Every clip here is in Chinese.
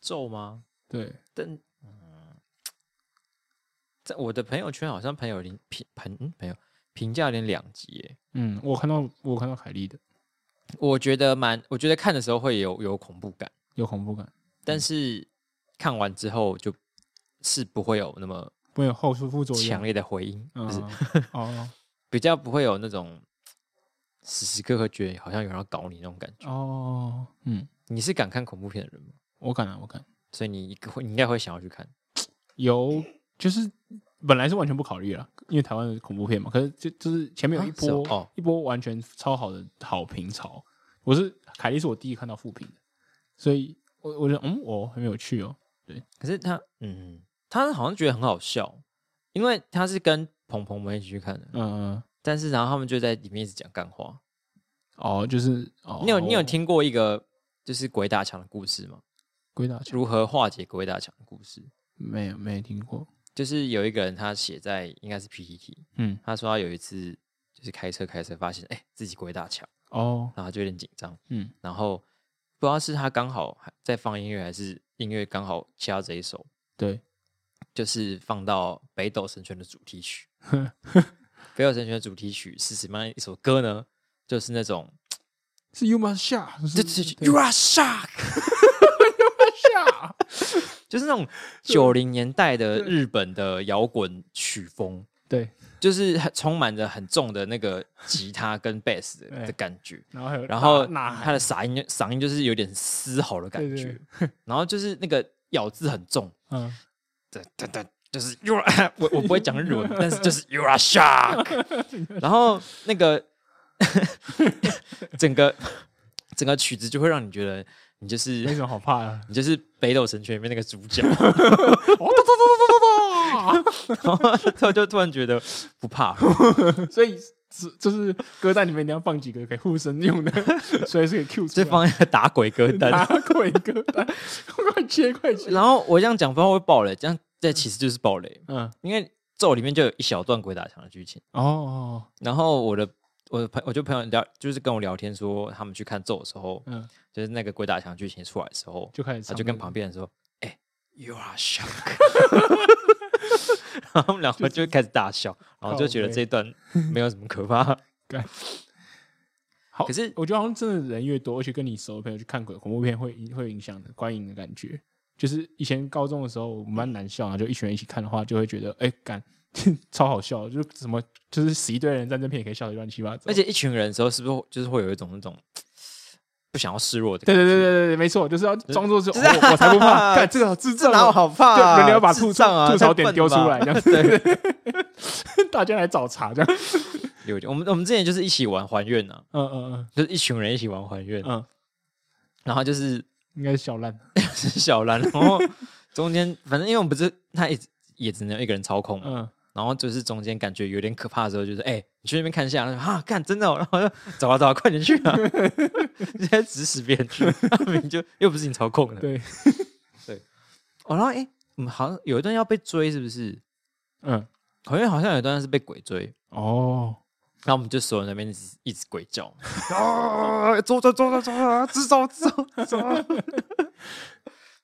咒吗？对，但嗯，在我的朋友圈好像朋友零评朋嗯朋友评价有点两极耶，嗯，我看到我看到凯莉的我觉得蛮，我觉得看的时候会有有恐怖感，有恐怖感，但是看完之后就是不会有那么会有后续副作强用，烈的回音，嗯就是， 哦比较不会有那种时时刻刻觉得好像有人要搞你那种感觉。哦，嗯，你是敢看恐怖片的人吗？我敢啊，我敢，所以你会你应该会想要去看。有就是本来是完全不考虑了，因为台湾的恐怖片嘛，可是就就是前面有一啊是哦波、哦一波完全超好的好评潮，我是凯莉是我第一看到负评的，所以我我觉得嗯哦很有趣哦，可是他，嗯，他好像觉得很好笑，因为他是跟鹏鹏们一起去看的，嗯、但是然后他们就在里面一直讲干话。哦就是哦，你有你有听过一个就是鬼打墙的故事吗？鬼打墙如何化解鬼打墙的故事？没有没有听过，就是有一个人他写在应该是 PPT，嗯他说他有一次就是开车开车发现哎、自己鬼打墙，哦然后他就有点紧张，嗯然后不知道是他刚好还在放音乐，还是音乐刚好掐着一首，对，就是放到北斗神拳的主题曲。北斗神拳的主题曲是什么样一首歌呢？就是那种，是 You Must Shut，就是是 You are shock，下， 就是那种九零年代的日本的摇滚曲风，对，就是很充满着很重的那个吉他跟贝斯的对的感觉。然后还有然后呐呐他喊的嗓音嗓音就是有点嘶吼的感对觉对，然后就是那个咬字很重，嗯对对对，就是 you are，我我 不会讲日文，但是就是 you are shark。然后那个整个整个曲子就会让你觉得你就是那种好怕 啊，你就是北斗神拳里面那个主角， 哦咚咚咚咚咚咚然后就就突然觉得不怕了。咚，所以是就是歌单里面你要放几个给护身用的， 所以是给 Q 出就来放一个打鬼歌单打，鬼歌单，快切快切，然后我这样讲不知道会爆雷，这样这其实就是爆雷，嗯因为咒里面就有一小段鬼打墙的剧情。哦然后我的我的朋我就朋友聊，就是跟我聊天说，他们去看咒的时候，嗯就是那个鬼打墙剧情出来的时候，就开始他唱啊就跟那个旁边人说：“哎、y o u are shock。”然后他们两个就开始大笑，然后就觉得靠这一段没有什么可 怕。好，可是我觉得好像真的人越多，而且跟你熟的朋友去看鬼恐怖片会影会影响的观影的感觉。就是以前高中的时候，我们班男校啊，就一群人一起看的话，就会觉得哎，干、 超好笑，就什么就是死一堆人战争片也可以笑得乱七八糟。而且一群人的时候，是不是就是会有一种那种不想要示弱的？对对对对对对，没错，就是要装作是、哦我我才 不怕，看这个好智这障哪有哦，好怕、啊？就轮流把吐智障啊，吐槽太点笨丢了出吧来，这样对， 大家来找茬这样。有一点。我们我们之前就是一起玩还愿啊，嗯嗯嗯就是一群人一起玩还愿，嗯，然后就是应该是小烂。是 小兰，然后中间反正因为我们不是他也只也只能一个人操控嘛，嗯，然后就是中间感觉有点可怕的时候，就是哎、你去那边看一下，然后说啊，干真的、哦，然后就走啊走啊，快点去 啊，直接指使别人去，他明明就又不是你操控的。对，哦，然后哎、我们好像有一段要被追，是不是？嗯，好像好像有一段是被鬼追，哦，然后我们就所有人在那边一直一直鬼叫， 啊，走走走走走啊，自走自走自走啊，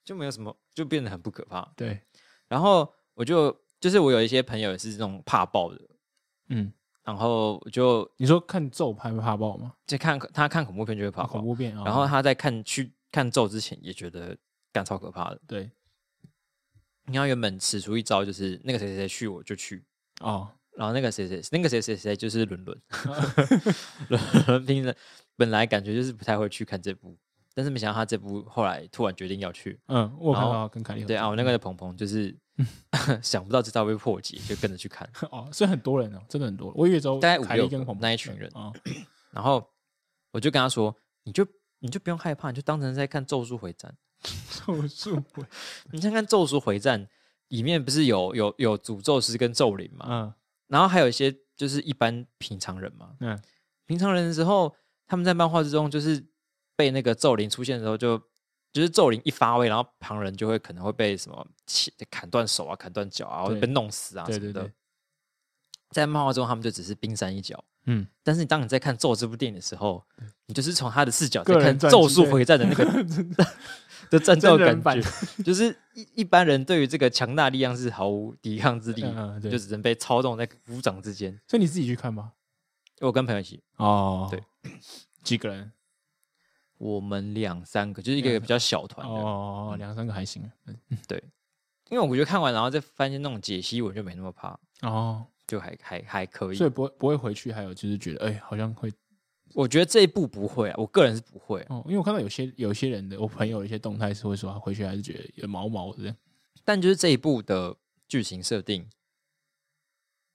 就没有什么，就变得很不可怕。对，然后我就就是我有一些朋友也是这种怕爆的，嗯，然后我就你说看咒拍不怕爆吗？就看他看恐怖片就会怕恐爆，怖片啊，然后他在看去看咒之前也觉得干超可怕的。对，你看原本使出一招就是那个谁谁谁去我就去，哦，然后那个谁谁那个谁谁谁就是伦 伦，伦伦平时本来感觉就是不太会去看这部，但是没想到他这部后来突然决定要去。嗯，我有嗯看然后到跟凯莉合对啊，作我那个鹏鹏就是 想不到这招会破解，就跟着去看，哦，所以很多人哦，真的很多人，我以为只有大概五凯六莉个跟恐怖那一群人。 啊，然后我就跟他说，你就你就不用害怕，你就当成在看《咒术回战》。咒术回，你看看《咒术回战》里面不是有有有诅咒师跟咒灵嘛，嗯然后还有一些就是一般平常人嘛。嗯，平常人的时候，他们在漫画之中就是被那个咒灵出现的时候就。就是咒灵一发威，然后旁人就会可能会被什么切砍断手啊、砍断脚啊，或者对被弄死啊对什么对的对。，在漫画中，他们就只是冰山一角，嗯，但是你当你在看《咒》这部电影的时候，你就是从他的视角在个人看《传咒记术对回战》的那 个的战斗真人感版觉，就是一一般人对于这个强大力量是毫无抵抗之力，嗯嗯对就只能被操纵在鼓掌之间。所以你自己去看吧。我跟朋友一起，哦，对， 几个人？我们两三个，就是一个比较小团的，嗯哦，两三个还行。嗯因为我觉得看完然后再翻些那种解析文就没那么怕，哦，就还还还可以所。以不会不会回去，还有就是觉得，哎、好像会我觉得这一部不会啊，我个人是不会啊、哦，因为我看到有些有些人的，我朋友有一些动态是会说，他回去还是觉得有毛毛的。但就是这一部的剧情设定，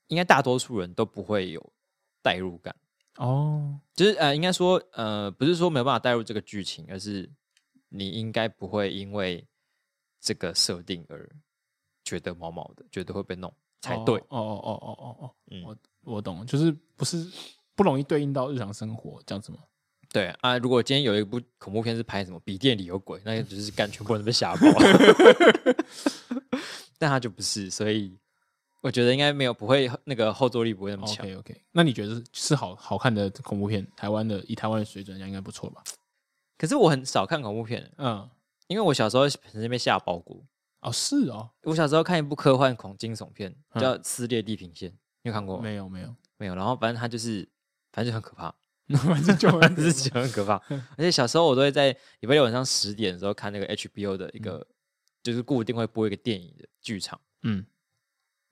应该大多数人都不会有代入感。哦，就是呃，应该说呃，不是说没有办法带入这个剧情，而是你应该不会因为这个设定而觉得毛毛的，觉得会被弄才对。哦哦哦哦哦哦，嗯我我懂了，就是不是不容易对应到日常生活这样子吗？对啊，如果今天有一部恐怖片是拍什么笔电里有鬼，那就是干全部人都被吓爆。 但他就不是，所以我觉得应该没有不会那个后坐力不会那么强。 OK OK，那你觉得是好好看的恐怖片？台湾的以台湾的水准来讲应该不错吧？可是我很少看恐怖片，嗯，因为我小时候曾经被吓爆过。哦是哦，我小时候看一部科幻恐惊悚片，嗯叫《撕裂地平线》，你有看过吗？没有没有， 没有，然后反正他就是，反正就很可怕，反正就反正 就很 可怕。而且小时候我都会在礼拜六晚上十点的时候看那个 HBO 的一个，就是固定会播一个电影的剧场，嗯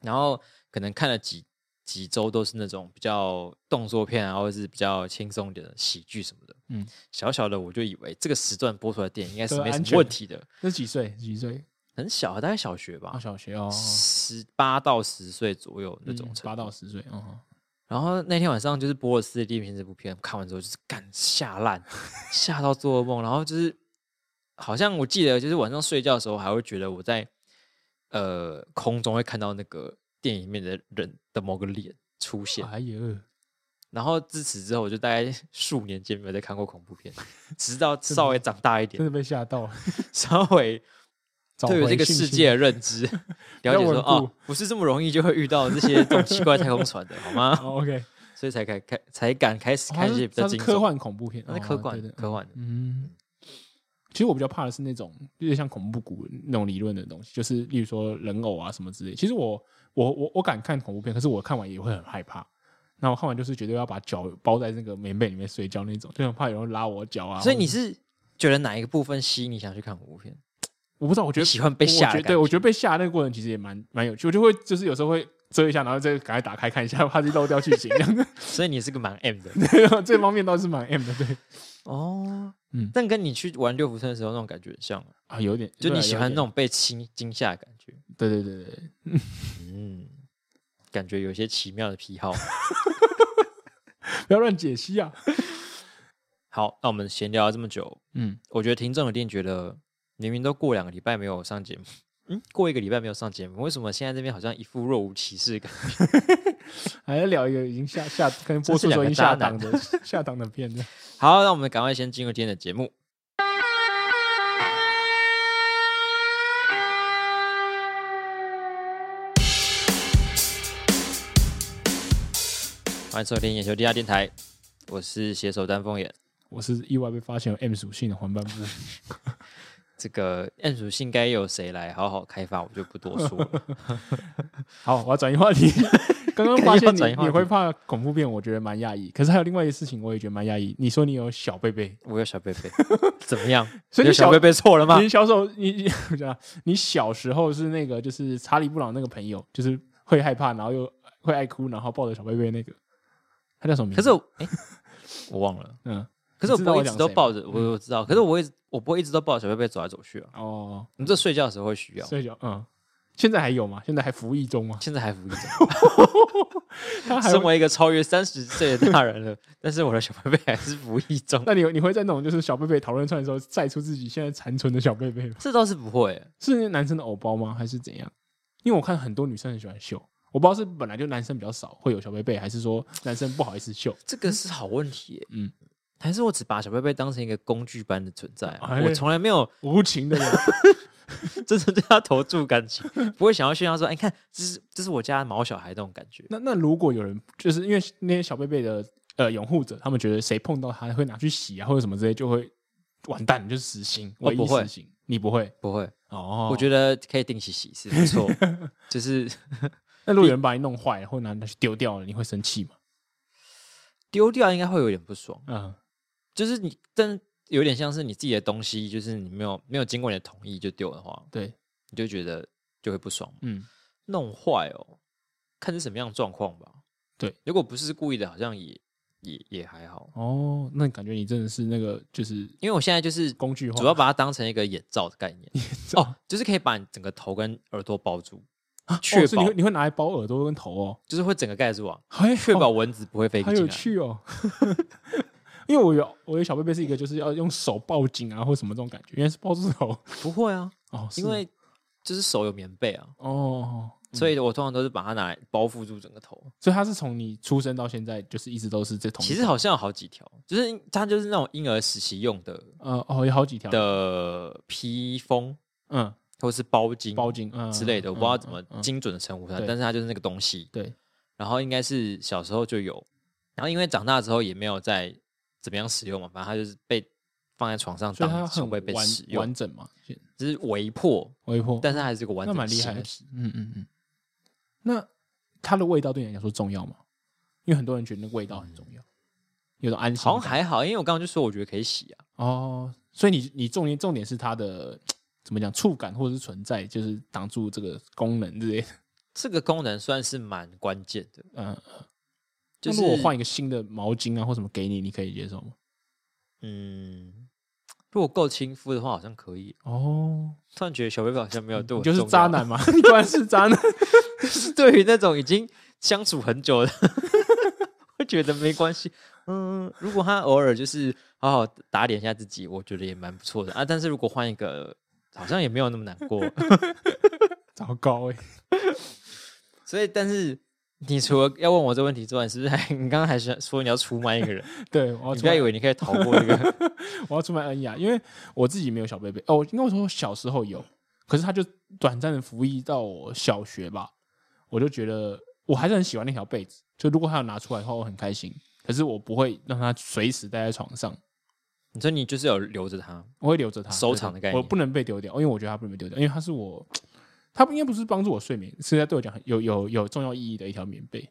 然后可能看了几几周都是那种比较动作片啊，或者是比较轻松一点的喜剧什么的。嗯，小小的我就以为这个时段播出来的电影应该是对啊没什安么全问题的，那几岁几岁？很小，大概小学吧啊，，小学哦，十八到十岁左右那种嗯程八度到十岁，嗯，然后那天晚上就是播了《世界地平线》这部片，看完之后就是干吓烂，吓到做噩梦。然后就是好像我记得，就是晚上睡觉的时候还会觉得我在呃空中会看到那个电影里面的人的某个脸出现。哎呦，然后自此之后，我就大概数年间没有再看过恐怖片，直到稍微长大一真点，的被 吓到了，稍微找对于回这个信世心界的认 知，了要解说稳哦固，不是这么容易就会遇到这些这种奇怪的太空船的，好吗？ 哦，OK，哦所以才敢开才敢开始它看一些哦是比较它是惊科悚，幻恐怖片，那是哦科幻对对科幻的。嗯，其实我比较怕的是那种，就是像恐怖谷那种理论的东西，就是例如说人偶啊什么之类。其实我我我我敢看恐怖片，可是我看完也会很害怕。那我看完就是绝对要把脚包在那个棉被里面睡觉那种，就很怕有人拉我脚啊。所以你或者是觉得哪一个部分吸引你想去看恐怖片？ 我不知道，我觉你得喜欢被吓的我觉感得觉对我觉得被吓那个过程其实也蛮蛮有趣，我就会就是有时候会遮一下，然后再赶快打开看一下，怕是漏掉剧情这样 子。所以你是个蛮 M 的 这方面倒是蛮 M 的，对哦，嗯但跟你去玩六福村的时候那种感觉很像啊，啊，有点就对啊你喜有欢点那种被惊惊吓的感觉，对对对对，嗯，感觉有一些奇妙的癖好。 不要乱解析啊。好，那我们闲聊了这么久，嗯，我觉得听众一定觉得明明都过两个礼拜没有上节目，嗯，过一个礼拜没有上节目，为什么现在这边好像一副若无其事的感觉？ 还在聊一个已经下下，可能播出的时候已经下档的 下档的片子。好，那我们赶快先进入今天的节目。欢迎收听眼球地下电台，我是携手丹凤眼。我是意外被发现有 M 属性的黄斑部，这个 M 属性该由谁来好好开发，我就不多说 了。好，我要转移话题。 刚刚发要现转移你话题你会怕恐怖片，我觉得蛮讶异。可是还有另外一个事情，我也觉得蛮讶异。你说你有小贝贝，我有小贝贝，怎么样？ 所你以有你小小贝贝错了吗？你小时候你我讲你小时候是那个就是查理布朗那个朋友，就是会害怕，然后又会爱哭，然后抱着小贝贝那个，他叫什么名可字？是我， 哎、我忘了。嗯，可是我不你知道会我一直讲都谁吗抱着，我我知道。可是我会一直，我不会一直都抱着小贝贝走来走去啊。哦，我们这睡觉的时候会需要，所以就嗯，现在还有吗？现在还服役中吗？现在还服役中。他 还会身为一个超越三十岁的大人了，但是我的小贝贝还是服役 中，那你有你会在那种就是小贝贝讨论串的时候晒出自己现在残存的小贝贝吗？这倒是不会欸。是男生的偶包吗？还是怎样？因为我看很多女生很喜欢秀，我不知道是本来就男生比较少会有小贝贝，还是说男生不好意思秀。这个是好问题欸。嗯还是我只把小贝贝当成一个工具般的存在啊、哎我从来没有，无情的人，真的对他投注感情， 不会想要炫耀说，哎、你看，这是这是我家的毛小孩那种感觉。那那如果有人就是因为那些小贝贝的呃拥护者，他们觉得谁碰到他会拿去洗啊，或者什么之类，就会完蛋，就是死刑，我唯哦不一会死刑。你不会不会，哦？我觉得可以定期洗是不 错，就是那如果有人把你弄坏了，或拿拿去丢掉了，你会生气吗？丢掉应该会有点不爽。嗯，就是你，但有点像是你自己的东西，就是你没有没有经过你的同意就丢的话，对，你就觉得就会不爽嘛。嗯，弄坏哦，看是什么样的状况吧。对，如果不是故意的，好像也也也还好，哦，那感觉你真的是那个就是因为我现在就是工具化，主要把它当成一个眼罩的概念哦，就是可以把你整个头跟耳朵包住，确哦所以保你会你会拿来包耳朵跟头哦，就是会整个盖住啊，嘿确 好保啊蚊子不会飞好进有来。趣哦。 因为我有我有小贝贝是一个就是要用手抱紧啊或什么这种感觉，因为是包住头不会啊，哦，是因为就是手有棉被啊，哦，所以我通常都是把它拿来包覆住整个头。所以他是从你出生到现在就是一直都是这同一其实种好像有好几条，就是它就是那种婴儿时期用的呃哦有好几条的披风嗯或是包巾包巾嗯之类的，我不知道怎么嗯嗯嗯精准的称呼它，对但是它就是那个东西。对然后应该是小时候就有，然后因为长大之后也没有再怎么样使用嘛，反正它就是被放在床上所以他当手很被完被使用完，整嘛，是只是围破，微波，但是它还是个完那整蛮的厉害形的体。，嗯嗯嗯。那它的味道对你来说重要吗？因为很多人觉得那个味道很重要，有种安心好像感。还好，因为我刚刚就说我觉得可以洗啊，哦，所以你你重点重点是它的怎么讲触感或者是存在，就是挡住这个功能之类的。这个功能算是蛮关键的。嗯，就那是如果我换一个新的毛巾啊或什么给你，你可以接受吗？嗯，如果够亲肤的话，好像可以。哦，突然觉得小贝贝好像没有对你我就是重要渣，男嘛， 你果然是渣男。就是 对于那种已经相处很久的， 会觉得没关系。嗯，如果他偶尔就是好好打点一下自己，我觉得也蛮不错的啊。但是如果换一个，好像也没有那么难过。 糟糕哎、所以，但是你除了要问我这个问题之外，是不是还你刚刚还是说你要出卖一 个人？对，我要你出不要卖以，为你可以逃过这个我要出卖恩雅，因为我自己没有小贝贝哦，应该说小时候有，可是他就短暂的服役到我小学吧，我就觉得我还是很喜欢那条被子，就如果他有拿出来的话，我很开心。可是我不会让他随时待在床上， 你说你就是有留着它，我会留着它收藏的概念我不能被丢掉，因为我觉得它不能被丢掉，因为它是我，它应该不是帮助我睡眠，是在对我讲很有有有重要意义的一条棉被。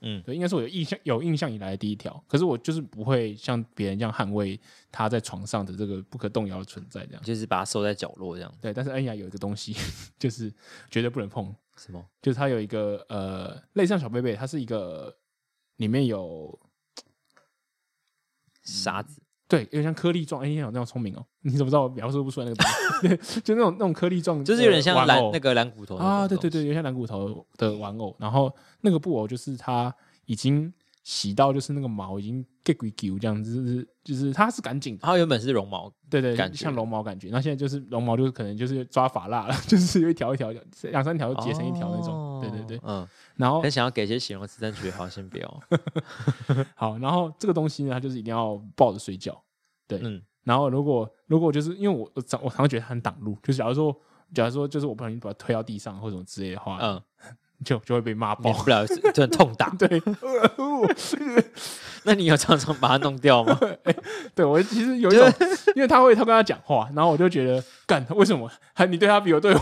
嗯对，应该是我有印象有印象以来的第一条，可是我就是不会像别人这样捍卫它在床上的这个不可动摇的存在这样。就是把它收在角落这样，对，但是恩雅有一个东西， 就是绝对不能碰，是吗？就是它有一个呃，类似像小贝贝，它是一个里面有沙子，对，有点像颗粒状。哎、你好，那样聪明哦，你怎么知道我描述不出来那个东西？ 对，就那种那种颗粒状，就是有点呃像玩蓝偶那个蓝骨头啊，那对种对对，东西，有像蓝骨头的玩偶，然后那个布偶就是它已经洗到，就是那个毛已经 get 鬼狗这样子，就是就是它是干净的，它原本是绒毛，对对，感像觉绒毛感觉。那现在就是绒毛，就是可能就是抓法蜡了，就是有一条一 条两三条就结成一条那种，对对对哦。嗯，然后很想要给一些形容词，但觉得好像先不 要，好，然后这个东西呢，它就是一定要抱着睡觉。嗯，然后如果如果就是因为我我常我常常觉得它很挡路，就假如说假如说就是我不小心把它推到地上或什么之类的话，嗯，就就会被骂爆。免。不了就很痛打哦 对，那你有常常把它弄掉 吗？对我其实有一种，因为他会他跟他讲话，然后我就觉得，干为什么还你对他比我对 我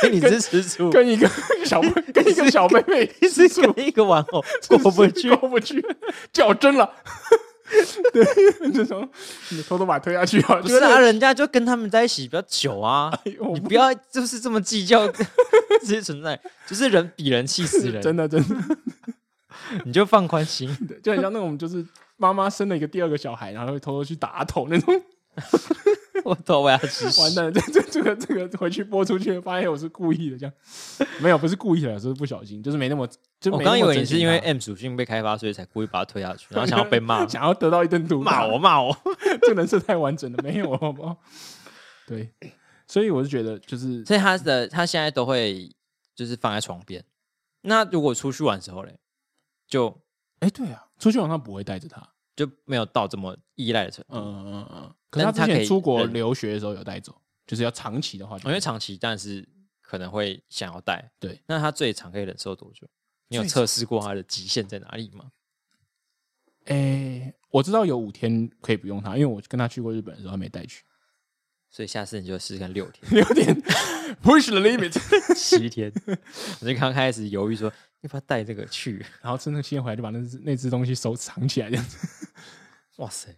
所以你是吃醋，跟一个小妹跟一个小妹妹你是跟一个玩 偶过不去，过不去，较真了。 对，这种你偷偷把他推下去啊，不就是啊？人家就跟他们在一起比较久 啊，哎我你不要就是这么计较 这些存在，就是人比人气死是 真人，的真的，你就放宽 心。就很像那种就是妈妈生了一个第二个小孩，然后会偷偷去打头那 种，我头我要吃完屎，蛋了，这这这个这个回去播出去，发现我是故意的，这样没有不是故意的，就是不小心，就是没那么就我没那么刚以为你真是心因为啊，M 属性被开发，所以才故意把它推下去，然后想要被骂 想要得到一顿毒打骂我骂我。 这个人设太完整了，没有好不好？对，所以我是觉得就是 所以他的他现在都会就是放在床边。那如果出去玩的时候嘞，就哎、对啊，出去玩他不会带着他，就没有到这么依赖的程度。嗯嗯嗯嗯。可但是是他他之可前以出国忍留学的时候有带走，就是要长期的话就因为长期但是可能会想要戴。对，那它最长可以忍受多久？你有最测试过它的极限在哪里吗？哎、我知道有五天可以不用它，因为我跟他去过日本的时候他没 带去。所以下次你就试试看六天、 六天 push the limit，七天。我就刚开始犹豫说要不要带这个去。 然后真的七天回来就把那只那只东西收藏起来，这样子哇塞，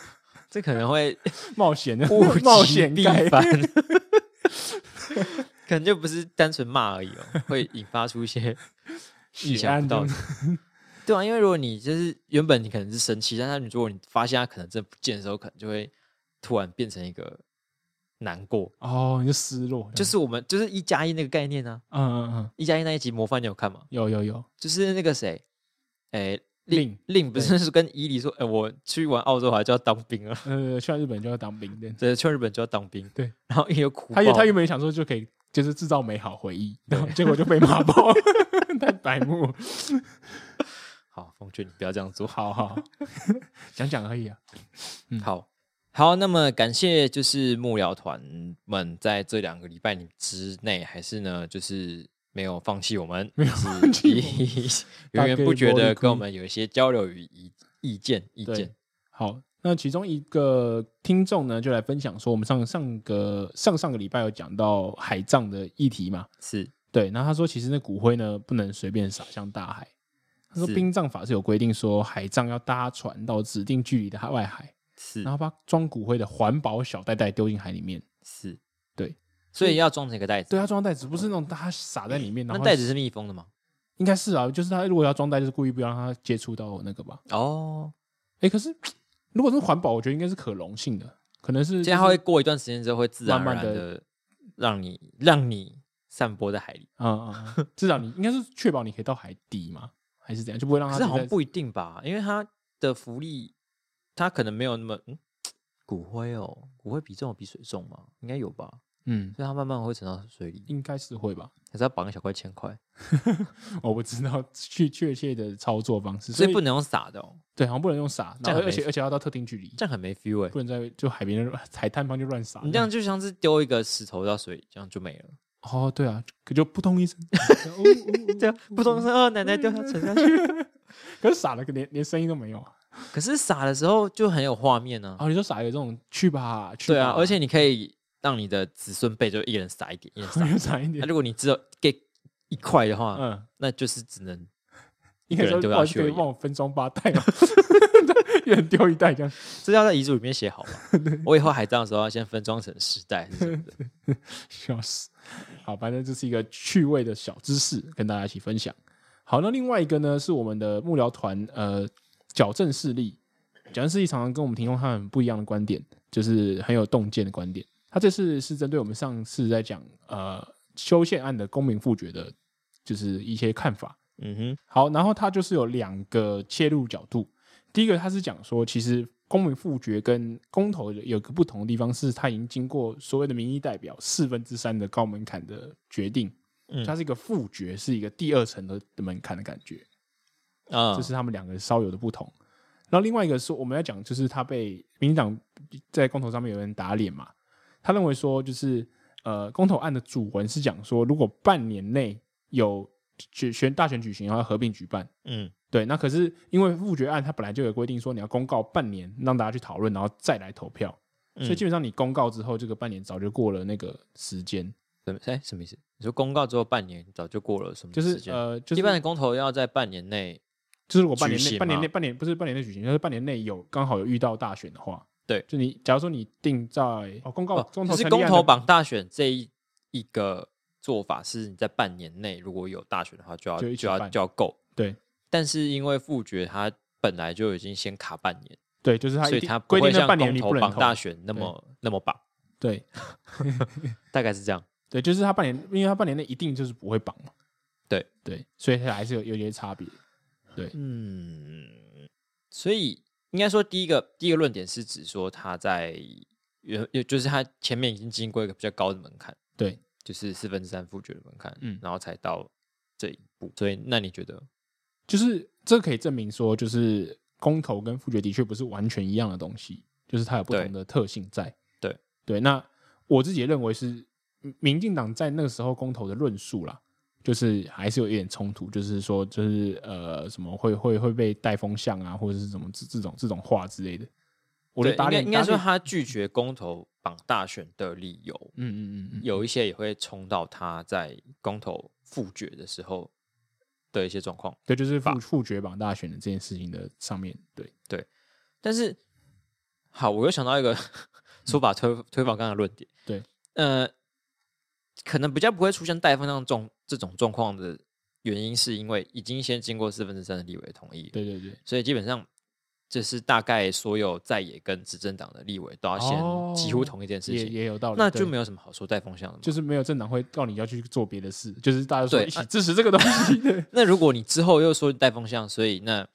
这可能 会冒险的物极冒险必盖 反， 可能就不是单纯骂而已哦，会引发出一些意血想案不到的 的。对啊，因为如果你就是原本你可能是生气，但是你如果你发现他可能真的不见的时候，可能就会突然变成一个难过。哦，你就失落，就是我们就是一加一那个概念啊，嗯嗯嗯，一加一那一集模范你有看吗？有有有，就是那个谁，哎、令令令不是是跟伊犁说，哎、我去完澳洲还就要当兵了， 呃，去完日本就要当兵的。对，去日本就要当兵，对，然后伊有苦他原爆他原本想说就可以，就是制造美好回忆，然后结果就被骂爆， 太白目。好，奉劝你不要这样做。好好， 讲讲而已啊。好好，那么感谢就是幕僚团们在这两个礼拜里之内，还是呢，就是没有放弃我们，没有放 弃我源源不绝大概的不跟我们有一些交流与意意见意对见。好，那其中一个听众呢，就来分享说，我们上上个上上个礼拜有讲到海葬的议题嘛？是对，那他说其实那骨灰呢不能随便撒向大海。他说是殡葬法是有规定说，海葬要搭船到指定距离的海外海，是然后把装骨灰的环保小袋袋丢进海里面。是，对，所以要装成一个袋子。对，它装袋子不是那种它撒在里面，然那后袋子是密封的吗？应该是啊，就是他如果要装袋，就是故意不让他接触到那个吧。哦，哎，可是如果是环保，我觉得应该是可溶性的，可能是这样它会过一段时间之后会自然而慢慢然地的让你让你散播在海里，啊啊，嗯至少你应该是确保你可以到海底嘛，还是怎样，就不会让可它是好像直接不一定吧，因为它的浮力它可能没有那么嗯。骨灰哦，骨灰比重有比水重吗？应该有吧，嗯，所以它慢慢会沉到水里，应该是会吧？还是要绑个小块铅块，我不知道确确切的操作方式，所所以以不能用撒的哦，对，好像不能用撒，这样然后很而且没而且要到特定距离，这样很没 feel 哎、不能在就海边海滩旁就乱撒。你这样就像是丢一个石头到水，这样就没了。哦，对啊，可就扑通一声，哦哦哦 对啊，扑通一声，哦，奶奶掉下沉下去。可是撒了个连连声音都没有啊！ 可是撒的时候就很有画面呢、啊。哦，你说撒有这种去吧，去对啊，吧而且你可以让你的子孙辈就一人撒一点，一人 撒一点。撒一那、点，如果你只有给一块的话，嗯，那就是只能应该一个人说丢下哇这去可而以已帮我分装八袋 嘛，一人丢一袋这样。这要在遗嘱里面写 好吧。我以后海葬的时候要先分装成十袋还是什么的。笑死！好，反正这是一个趣味的小知识，跟大家一起分享。好，那另外一个呢，是我们的幕僚团呃矫正视力，矫正视力常常跟我们提供他很不一样的观点，就是很有洞见的观点。他这次是针对我们上次在讲呃修宪案的公民复决的，就是一些看法。嗯哼，好，然后它就是有两个切入角度。第一个，它是讲说，其实公民复决跟公投有个不同的地方是，它已经经过所谓的民意代表四分之三的高门槛的决定，嗯它是一个复决，是一个第二层的门槛的感觉，啊、这是他们两个稍有的不同。然后另外一个是我们要讲，就是他被民进党在公投上面有人打脸嘛，他认为说就是呃，公投案的主文是讲说，如果半年内有选选大选举行，然后合并举办。嗯对，那可是因为复决案它本来就有规定说你要公告半年，让大家去讨论，然后再来投票。嗯所以基本上你公告之后，这个半年早就过了那个时间，什么？哎、什么意思？你说公告之后半年早就过了，什么就时是间？呃，就是一般的公投要在半年内，就是如果半年举内行半年嘛内半年不是半年内举行，就是半年内有刚好有遇到大选的话，对就你假如说你定在哦公告、哦公就投是成立公案投的榜大选这一一个做法是你在半年内如果有大选的话，就要就一就起要办就要够。对但是因为复决它本来就已经先卡半年，对，就是它所一以定它不规会定像那半年公你投不能榜投，大选那对么那么绑，对大概是这样。对，就是它半年，因为它半年内一定就是不会绑嘛，对对，所以它还是有有一些差别，嗯，所以应该说第一个第一个论点是指说他在原也就是他前面已经经过一个比较高的门槛，对，就是四分之三复决的门槛，嗯然后才到这一步。所以那你觉得？就是这可以证明说，就是公投跟复决的确不是完全一样的东西，就是它有不同的特性在。对对，那我自己也认为是嗯民进党在那个时候公投的论述啦，就是还是有一点冲突，就是说就是呃什么会会会被带风向啊，或者是什么这这种这种话之类的。我对的应打该脸应该打说脸他拒绝公投绑大选的理由，嗯嗯嗯嗯，有一些也会冲到他在公投复决的时候的一些状况。对，就是复复决榜大选的这件事情的上面对。但是，好，我又想到一个 说法推推翻刚刚的论点，嗯对，呃，可能比较不会出现带风向状这种状况的原因，是因为已经先经过四分之三的立委的同意，对对对，所以基本上这是大概所有在野跟执政党的立委都要先哦几乎同意这件事也情，也有道理，那就对没有什么好说带风向的嘛。就是没有政党会告你要去做别的事，就是大家说对一起啊支持这个东 西。对那如果你之后又说哎带风向，所以那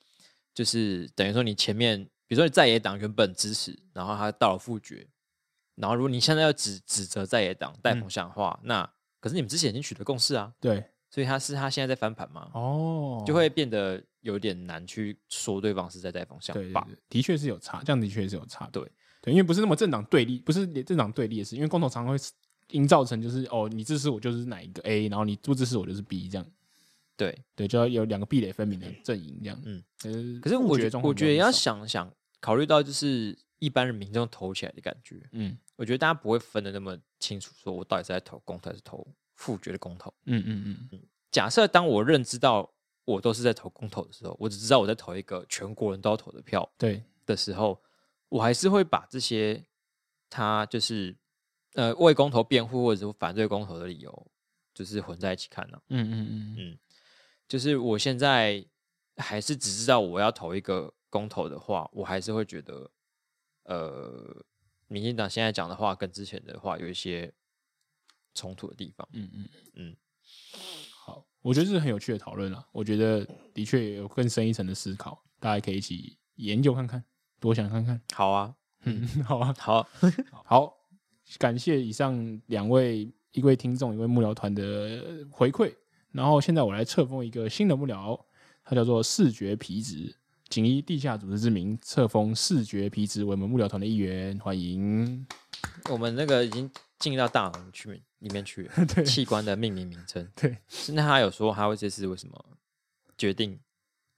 就是等于说你前面，比如说你在野党原本支持，然后他到了复决，然后如果你现在要指指责在野党带风向的话，那可是你们之前已经取得共识啊，对，所以他是他现在在翻盘嘛，哦，就会变得有点难去说对方是在带风向对对吧？对，的确是有差，这样的确是有差。对对，因为不是那么政党对立，不是政党对立的事，因为共同常会营造成就是哦，你支持我就是哪一个 A，然后你不支持我就是 B 这样。对，对，就要有两个壁垒分明的阵营这样。嗯嗯，可是我觉觉我觉得要少想想，考虑到就是一般人民众投起来的感觉，嗯我觉得大家不会分的那么清楚，说我到底是在投公投还是投复决的公投。嗯嗯嗯，假设当我认知到我都是在投公投的时候，我只知道我在投一个全国人都要投的票对的时候，我还是会把这些他就是呃为公投辩护或者是反对公投的理由，就是混在一起看呢、啊嗯嗯嗯就是我现在还是只知道我要投一个公投的话，我还是会觉得，呃，民进党现在讲的话跟之前的话有一些冲突的地方。嗯嗯嗯嗯，好，我觉得这是很有趣的讨论了。我觉得的确有更深一层的思考，大家可以一起研究看看，多想看看。好啊，嗯， 好啊，好，好，感谢以上两位，一位听众，一位幕僚团的回馈。然后现在我来册封一个新的幕僚，它叫做视觉皮质，仅以地下组织之名册封视觉皮质为我们幕僚团的一员，欢迎。我们那个已经进到大脑去里面 去了器官的命名名称。对，是那他有说他会这次为什么决定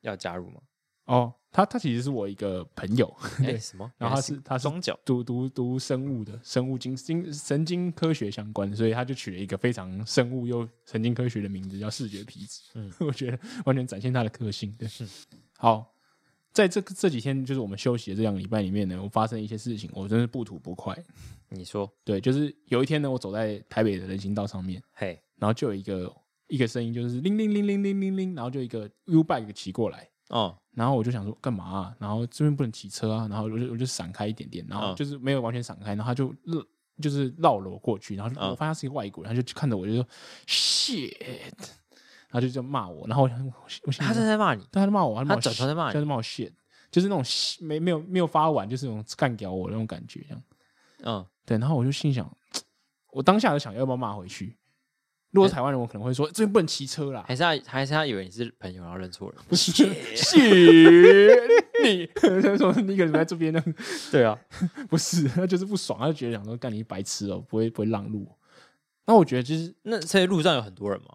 要加 入吗？哦，他他其实是我一个朋友，哎、什么？然后他是原来他是双脚，读读读生物的，生物经经神经科学相关的，所以他就取了一个非常生物又神经科学的名字，叫视觉皮质。嗯嗯， 我觉得完全展现他的个性。对，好，在这个这几天，就是我们休息的这两个礼拜里面呢，我发生一些事情，我真是不吐不快。你说，对，就是有一天呢，我走在台北的人行道上面，嘿，然后就有一个一个声音，就是铃铃铃铃铃铃铃，然后就一个 U bike 骑过来，哦，然后我就想说干嘛啊、然后这边不能骑车啊，然后我就我就闪开一点点，然后嗯就是没有完全闪开，然后他就绕就是绕了我过去，然后就嗯我发现他是一个外国人，他就看着我就说 shit，然后就这样骂我，然后我想我我想他正在骂你，对他在骂我，他转头在骂你他在骂我 shit，就是那种 shit，没没有没有发完，就是那种干掉我的那种感觉这样。嗯，对，然后我就心想，我当下就想要不要骂回去。嗯如果是台湾人，我可能会说这边不能骑车啦，还是他还是他以为你是朋友，然后认错人。不是 shit，你他说你可能在这边呢。对啊，不是，他就是不爽，他就觉得想说干你白痴哦、不会不会让路。那我觉得就是那所以路上有很多人吗？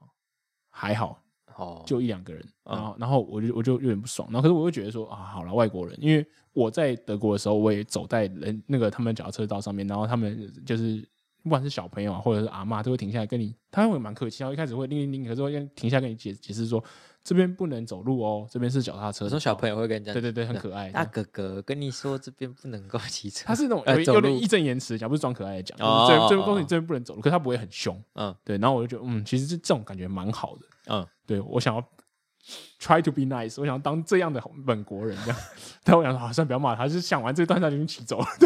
还好，哦，就一两个人，嗯然后然后我就我就有点不爽，然后可是我又觉得说啊，好了，外国人，因为我在德国的时候，我也走在人那个他们脚踏车道上面，然后他们就是。不管是小朋友啊，或者是阿嬷，都会停下来跟你，他会蛮客气，然后一开始会叮叮叮，可是会跟停下来跟你解解释说，这边不能走路哦，这边是脚踏车我道。说小朋友会跟你讲，对对对，很可爱。大哥哥跟你说这边不能够骑车，他是那种呃有走有点路义正言辞地讲，不是装可爱的讲，哦就是哦这这哦告诉哦你这边不能走路，可是他不会很凶，嗯对。然后我就觉得，嗯，其实这这种感觉蛮好的，嗯，对我想要嗯 try to be nice，我想要当这样的嗯本国人这样。 但我想说，好、算不要骂他，就是想完这段他就已经骑走了。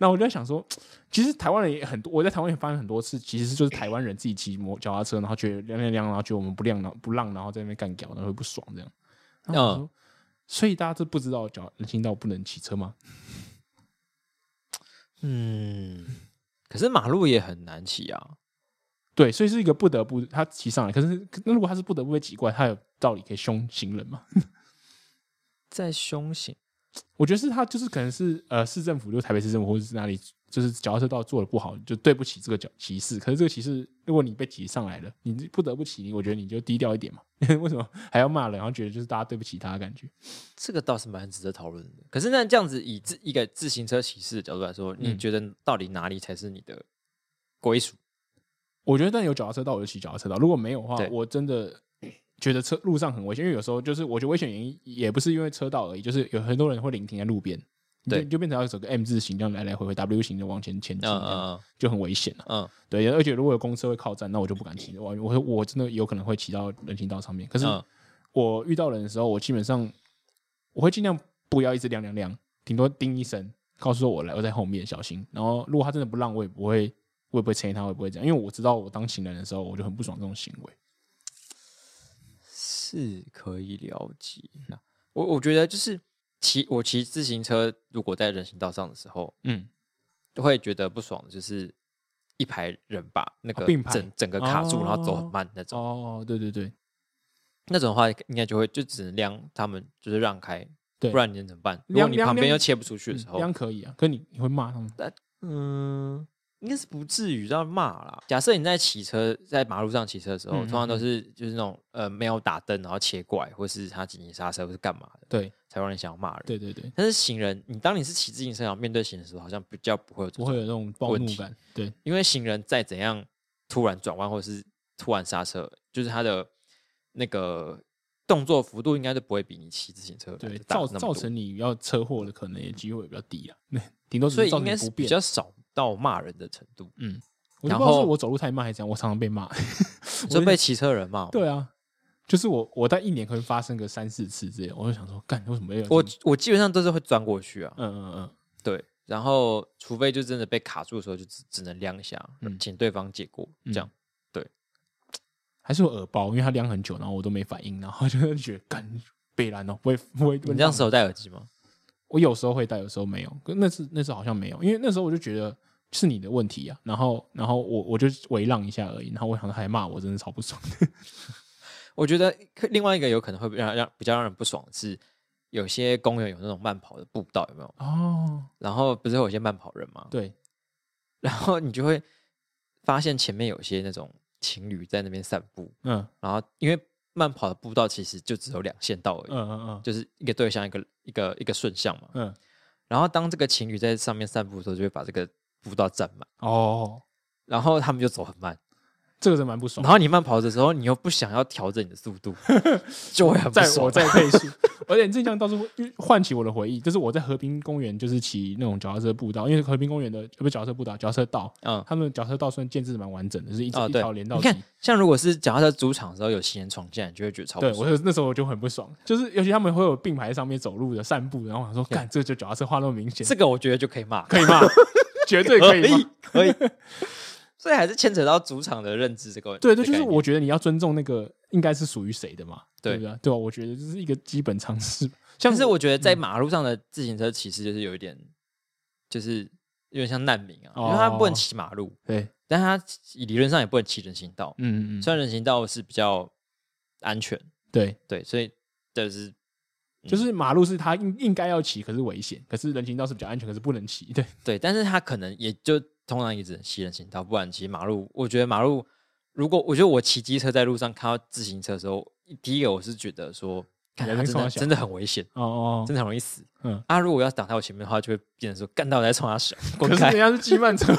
那我就在想说，其实台湾人也很多，我在台湾也发生很多次，其实是就是台湾人自己骑摩脚踏车，然后觉得亮亮亮，然后觉得我们不亮，然后不让，然后在那边干掉，然后会不爽这样。然后我哦说，所以大家都不知道脚人行道不能骑车吗？嗯，可是马路也很难骑啊。对，所以是一个不得不他骑上来，可是可那如果他是不得不被挤过来，他有道理可以凶行人吗？在凶险，我觉得是他就是可能是呃市政府，就是台北市政府或者是哪里就是脚踏车道做的不好，就对不起这个脚骑士。可是这个骑士，如果你被挤上来了，你不得不起，我觉得你就低调一点嘛。 为什么还要骂人？然后觉得就是大家对不起他的感觉。这个倒是蛮值得讨论的。可是那这样子，以自一个自行车骑士的角度来说，你嗯觉得到底哪里才是你的归属？我觉得，但有脚踏车道我就骑脚踏车道，如果没有的话对，我真的觉得车路上很危险，因为有时候就是我觉得危险原因也不是因为车道而已，就是有很多人会临停在路边，你就对你就变成要走个 M 字形这样来来回回 W 型的往前前进，嗯这样嗯就很危险了、嗯对，而且如果有公车会靠站，那我就不敢骑，我我我真的有可能会骑到人行道上面。可是嗯我遇到人的时候，我基本上我会尽量不要一直亮亮亮，顶多叮一声，告诉我来，我在后面小心。然后如果他真的不让，我也不会，我也不会催他，我也不会这样，因为我知道我当行人的时候，我就很不爽这种行为。是可以了解。我我觉得就是骑我骑自行车，如果在人行道上的时候，嗯，会觉得不爽，就是一排人把那个哦并排整整个卡住，哦然后走很慢那种。哦，对对对那种的话，应该就会就只能让他们就是让开，对不然你能怎么办？如果让你让旁边让又切不出去的时嗯，这候，样可以啊。可你你会骂他们？嗯，应该是不至于到骂啦。假设你在骑车，在马路上骑车的时候，嗯通常都是就是那种呃没有打灯，然后切过来，或是他紧急刹车，或是干嘛的，对才让人想要骂人。对对 对，但是行人，你当你是骑自行车，然后面对行人的时候，好像比较不会有这不种，会有那种暴问怒题感。对，因为行人再怎样突然转弯或是突然刹车，就是他的那个动作幅度应该都不会比你骑自行车来对，得大造那么造多成你要车祸的可能也机会比较低啊， 对顶多只所以是造应成该你是不比便。较少到骂人的程度。嗯，我就然不知道后是我走路太慢还是怎样，我常常被骂。就被骑车人骂吗，对啊，就是我我在一年可能发生个三四次之类，我就想说，干为什么要有我这种我基本上都是会钻过去啊，嗯嗯嗯，对，然后除非就真的被卡住的时候，就只只能亮一下，嗯请对方解过，这嗯样还是我耳包，因为它晾很久，然后我都没反应，然后就觉得干被拦哦，不会不会。你这样时候戴耳机吗？我有时候会戴，有时候没有。可那次那次好像没有，因为那时候我就觉得是你的问题啊，然后然后我我就围让一下而已，然后我想他还骂我，真的超不爽。我觉得可另外一个有可能会让让比较让人不爽的是，有些公园有那种慢跑的步道，有没有？哦，然后不是有些慢跑人吗？对， 然后你就会发现前面有些那种情侣在那边散步，嗯然后因为慢跑的步道其实就只有两线道而已，嗯嗯嗯就是一个对向一个一个一个顺向嘛。嗯，然后当这个情侣在上面散步的时候，就会把这个步道占满，哦，然后他们就走很慢。这个真蛮不爽然。后你慢跑的时候，你又不想要调整你的速 度，就会很不在爽我。在配速，而且这项倒是会唤起我的回忆，就是我在河滨公园就是骑那种脚踏车步道，因为河滨公园的呃不是脚踏车步道，脚踏车道，嗯，他们的脚踏车道算建制得蛮完整的，就是一直、哦一对条连，到你底。看，像如果是脚踏车主场的时候有行人闯进来，你就会觉得超不对，爽。我就那时候我就很不爽，就是尤其他们会有并排在上面走路的散步，然后我想说，对干这就脚踏车画那么明显，这个我觉得就可以骂，可以 吗？绝对 可以吗？可以。所以还是牵扯到主场的认知这个问题。对，这就概是念我觉得你要尊重那个应该是属于谁的嘛，对对不对？对吧？啊我觉得这是一个基本常识。像嗯但是我觉得在马路上的自行车骑士就是有一点，就是有点像难民啊，因为他不能哦骑马路，对，但他理论上也不能骑人行道。嗯嗯嗯，虽然人行道是比较安全，对，对，所以就是就是马路是他应应该要骑，可是危险，可是人行道是比较安全，可是不能骑。对，对，但是他可能也就通常也只能骑人行道，不然骑马路，我觉得马路如果我觉得我骑机车在路上看到自行车的时候，第一个我是觉得说，看人他在真冲的他小真的很危险，哦哦，真的很容易死。嗯，啊，如果要挡在我前面的话，就会变成说干到我在冲他 小，滚可是开人。家是骑慢车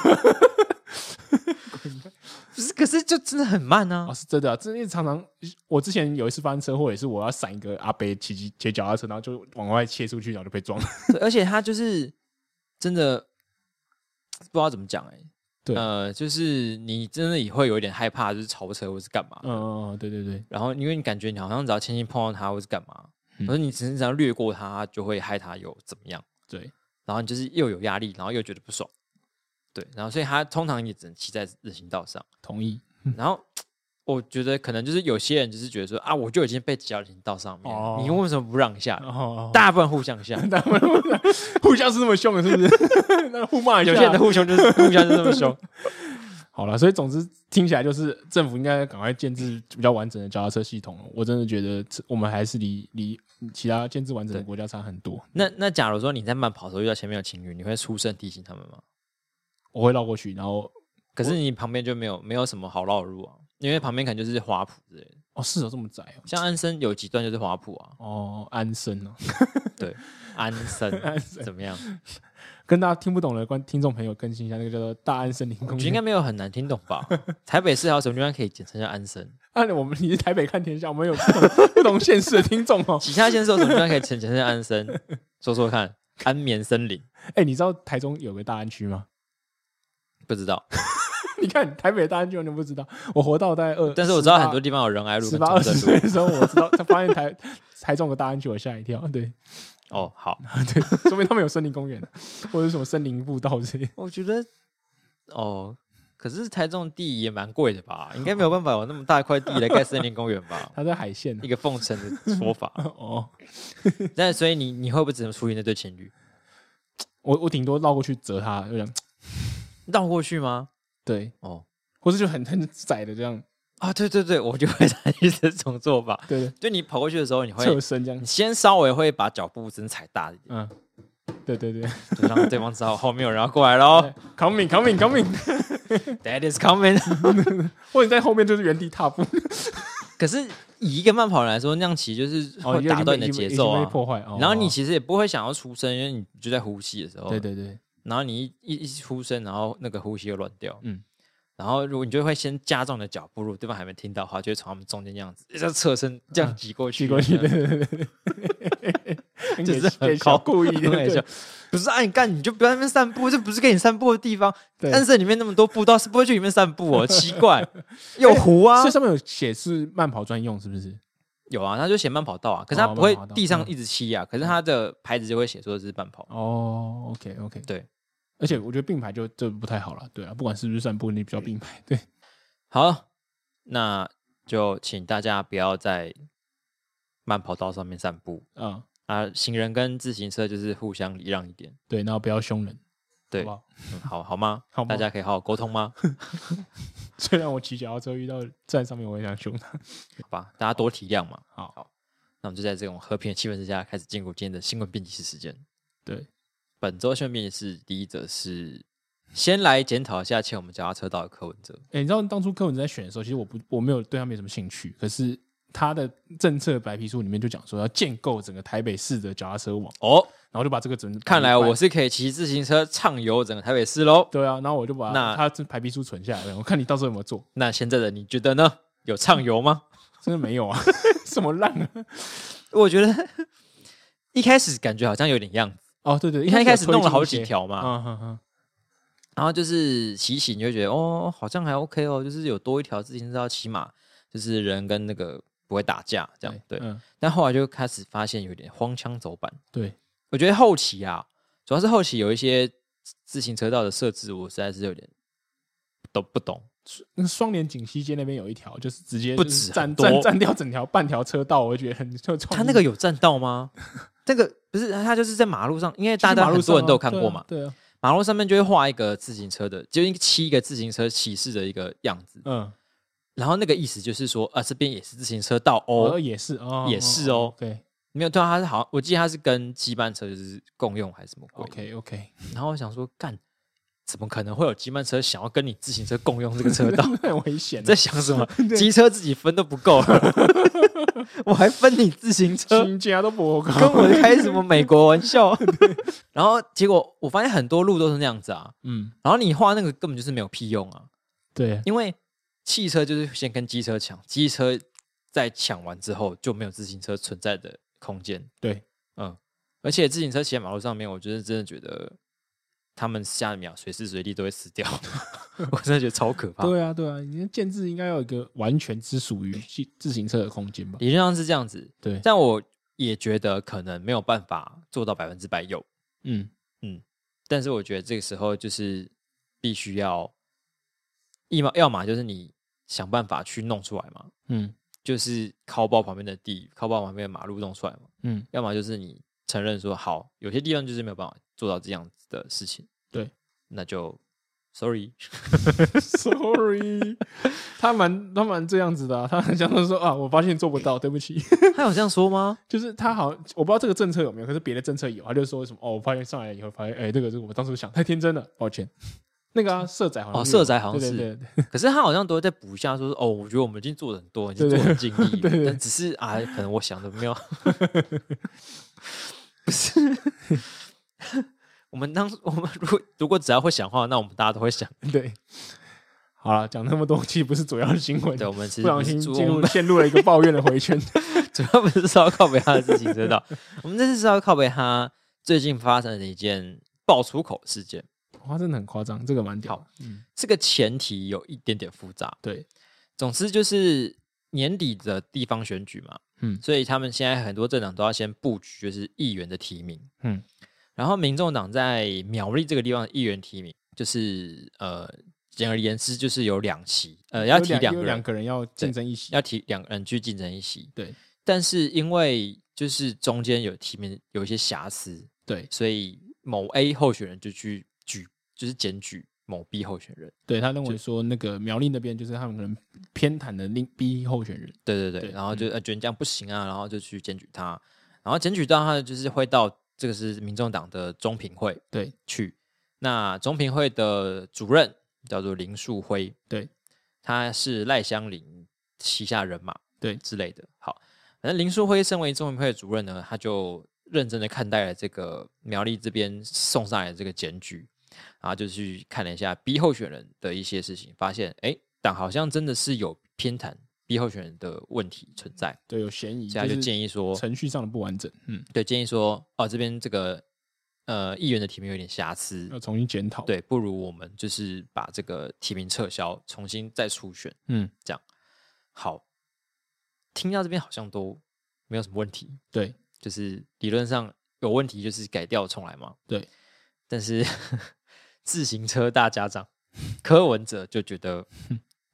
不是，可是就真的很慢啊哦，。是真的、啊，真的常常我之前有一次发生车祸，也是我要闪一个阿伯骑骑骑脚踏车，然后就往外切出去，然后就被撞。对而且他就是真的不知道怎么讲哎、对呃，就是你真的也会有一点害怕，就是超车或是干嘛。嗯，对对对，然后因为你感觉你好像只要轻轻碰到他或是干嘛，可嗯是你只是只要略过他，他就会害他有怎么样。对，然后你就是又有压力，然后又觉得不爽，对，然后所以他通常也只能骑在人行道上。同意。 然后我觉得可能就是有些人就是觉得说啊，我就已经被挤到人行道上面了，你哦为什么不让一下？哦，大部分互相 下，大互相是那么凶的，是不是？那互骂一下。有些人的互凶就是互相就这么凶。好了，所以总之听起来就是政府应该赶快建制比较完整的脚踏车系统了。我真的觉得这我们还是离离其他建制完整的对国家差很多。那那假如说你在慢跑的时候遇到前面有情侣，你会出声提醒他们吗？我会绕过去，然后可是你旁边就没有没有什么好绕的路啊，因为旁边可能就是花圃之类的。哦，是有这么窄哦，像安生有几段就是花圃啊，哦，安生哦，对，安 生怎么样？跟大家听不懂的观听众朋友更新一下，那个叫做大安森林我公觉得应园。该没有很难听懂吧？台北市还有什么地方可以简称叫安生？按啊我们你是台北看天下，我们有不同不同县市的听众哦。其他县市有什么地方可以简简称叫安生？说说看，安眠森林哎，你知道台中有个大安区吗？不知道，你看台北大安区完全不知道，我活到大概二，但是我知道很多18。地方有仁爱路十跟八二中正十岁路。的时候，我知道，才发现台台中有个大安区，我吓一跳。对，哦，好，说明他们有森林公园，或者是什么森林步道之类的。？我觉得哦，可是台中地也蛮贵的吧？应该没有办法有那么大块地来盖森林公园吧它在海线啊一个奉承的说 法。哦，但所以你你会不会只能处理那对情侣我我顶多绕过去折它，就这样。绕过去吗？对，哦或是就很很窄的这样，啊，对对对，我就会采取这种做法。对对，就你跑过去的时候，你会侧身这样你，先稍微会把脚步声踩大一点，嗯，对对对。就让对方知道后面有人要过来喽。 coming coming coming， That is coming 。 或者你在后面就是原地踏步，可是以一个慢跑人来说，那样其实就是哦，会打断你的已经被节奏已经啊被。破坏。哦然后你其实也不会想要出声，因为你就在呼吸的时候，对对对，然后你一一一出声，然后那个呼吸又乱掉，嗯嗯，然后如果你就会先加重你的脚步，如果对方还没听到的话，就会从他们中间这样子，这样侧身这样挤过去，骑嗯过去，这对样对对对对， 就是很给小高故意 的，很搞笑对不是啊，你干你就不要在那边散步，这不是给你散步的地方。对但是里面那么多步道，是不会去里面散步 哦，奇怪。有湖啊这，上面有写是慢跑专用，是不是？有啊，他就写慢跑道啊，可是哦他不会慢跑道地上嗯一直漆啊，可是他的牌子就会写说这是慢跑。哦，OK OK，对。而且我觉得并排就就不太好了，对啊，不管是不是散步，你比较并排，对，好，那就请大家不要在慢跑道上面散步。啊，啊，行人跟自行车就是互相礼让一点，对，然后不要凶人，好对，不好？嗯好好吗？好吗大家可以好好沟通吗？ 虽然我骑脚踏车遇到站上面，我也想凶他，好吧，大家多体谅嘛。好那我们就在这种和平的气氛之下，开始进入今天的新闻编辑室时间。对，本周新闻编辑室第一则是先来检讨一下欠我们脚踏车道的柯文哲。欸，你知道当初柯文哲在选的时候，其实我不我没有对他没有什么兴趣，可是他的政策白皮书里面就讲说要建构整个台北市的脚踏车网，哦，然后就把这个整看来我是是可以骑自行车畅游整个台北市喽。对啊，然后我就把那他这白皮书存下来，我看你到时候有没有做，那现在的你觉得呢？有畅游吗？真的没有啊， 什么烂啊！ 我觉得一开始感觉好像有点样子，哦，对对，你看一开始有推弄了进好一些几，条嘛，嗯哼哼，然后就是骑行，你就会觉得哦，好像还 OK 哦，就是有多一条自行车道，起码就是人跟那个不会打架这样。对，嗯但后来就开始发现有点荒腔走板。对，我觉得后期啊，主要是后期有一些自行车道的设置，我实在是有点都不懂。那个双连锦西街那边有一条，就是直接不就是止占很多占占掉整条半条车道，我就觉得很就他那个有占道 吗？那个不是，他就是在马路上，哦因为大家马路很上多人都有啊看对过啊嘛，对啊，马路上面就会画一个自行车的，就一个漆一个自行车骑士的一个样子。嗯，然后那个意思就是说，啊，这边也是自行车道哦，哦也是哦，也是哦对没有，对啊，他是好像我记得他是跟羁绊车就是共用还是什么鬼的，OK OK。然后我想说，干，怎么可能会有羁绊车想要跟你自行车共用这个 车道？很危险啊你在的。想什么？机车自己分都不够 了，我还分你自行车，新家都不够跟我开什么美国玩笑？然后结果我发现很多路都是那样子啊，嗯，然后你画那个根本就是没有屁用啊，对，因为汽车就是先跟机车抢，机车在抢完之后就没有自行车存在的空间。对，嗯，而且自行车骑在马路上面，我就是真的觉得他们下一秒随时随地都会死掉，我真的觉得超可怕。对啊，对啊，你的建制应该要有一个完全只属于自自行车的空间吧？理论上是这样子，对，但我也觉得可能没有办法做到百分之百有，嗯，但是我觉得这个时候就是必须要，一嘛要么就是你想办法去弄出来嘛，嗯，就是靠爆旁边的地，靠爆旁边的马路弄出来嘛，嗯，要么就是你承认说好，有些地方就是没有办法做到这样子的事情，对，那就 sorry， Sorry，他 蛮他蛮这样子的、啊，他很像是说啊，我发现做不到，对不起。 他有这样说吗？就是他好像我不知道这个政策有没有，可是别的政策有，他就说什么哦，我发现上来以后发现，哎、这个这个我当初想太天真了，抱歉。那个啊，社宅好哦像有社宅好像对是对对可是他好像都会在补一下说，哦，我觉得我们已经做的很多，已经对做对得很尽力对对了，但只是啊，可能我想的 没有，不是。我们当我们如果如果只要会想话，那我们大家都会想。对对。 好了，讲那么多，其实不是主要的新闻，对，我们其不实小不是心主进我入们陷入了一个抱怨的回圈。主要不是说要靠北他的事情，知道？我们这次是要靠北他最近发生的一件爆粗口事件。 哇，真的很夸张，这个蛮屌的。嗯，这个前提有一点点复杂。对，总之就是年底的地方选举嘛，嗯所以他们现在很多政党都要先布局，就是议员的提名。嗯，然后民众党在苗栗这个地方的议员提名，就是呃，简而言之就是有两席，呃，要有提两个人有两，个人要竞争一起。要提两个人去竞争一席。对但是因为就是中间有提名有一些瑕疵，对所以某 A 候选人就去举，就是检举某 B 候选人。对，他认为说那个苗栗那边就是他们可能偏袒的另 B 候选人。对对对，对然后就呃觉得这样不行啊，然后就去检举他，然后检举到他就是会到这个是民众党的中评会对去，那中评会的主任叫做林树辉，对，他是赖香林旗下人马，对之类的。好，反正林树辉身为中评会的主任呢，他就认真的看待了这个苗栗这边送上来的这个检举，然后就去看了一下 B 候选人的一些事情，发现哎，诶党好像真的是有偏袒 B 候选人的问题存在，对，有嫌疑，所以他就建议议说，程序上的不完整，嗯，对，建议说，哦，这边这个呃议员的提名有点瑕疵，要重新检讨。，对，不如我们就是把这个提名撤销，重新再初选。嗯，好，听到这边好像都没有什么问题，对就是理论上有问题就是改掉重来嘛。对，但是 自行车大家长柯文哲就觉 得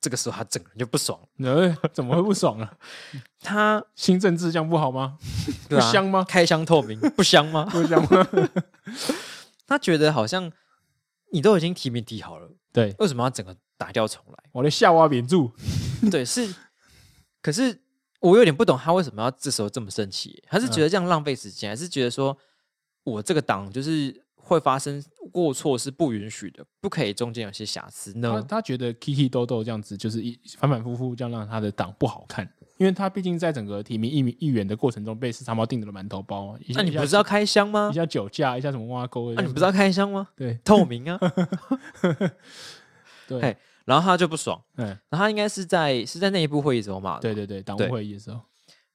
这个时候他整个人就不爽了，呃，怎么会不爽啊？ 他新政治这样不好吗？ 对啊不香吗开箱透明不香吗？ 不香吗？ 他觉得好像你都已经提名提好了，对，为什么要整个打掉重来？我的夏娃扁住，对，是，可是我有点不懂他为什么要这时候这么生气，他是觉嗯得这样浪费时间，还是觉得说我这个党就是会发生过错是不允许的，不可以中间有些瑕疵他呢？他觉得 Kiki 豆豆这样子就是一反反复复这样让他的党不好看，因为他毕竟在整个提名议民议员的过程中被四叉猫定了馒头包啊。一下那你不一是下要开箱吗啊一？下酒驾，一下什么挖沟？那、你不是要开箱吗？对透明 啊，对嘿然后他就不爽，嗯然后他应该是在是在那一部会议时候骂的，对，对对，党务对会议的时候，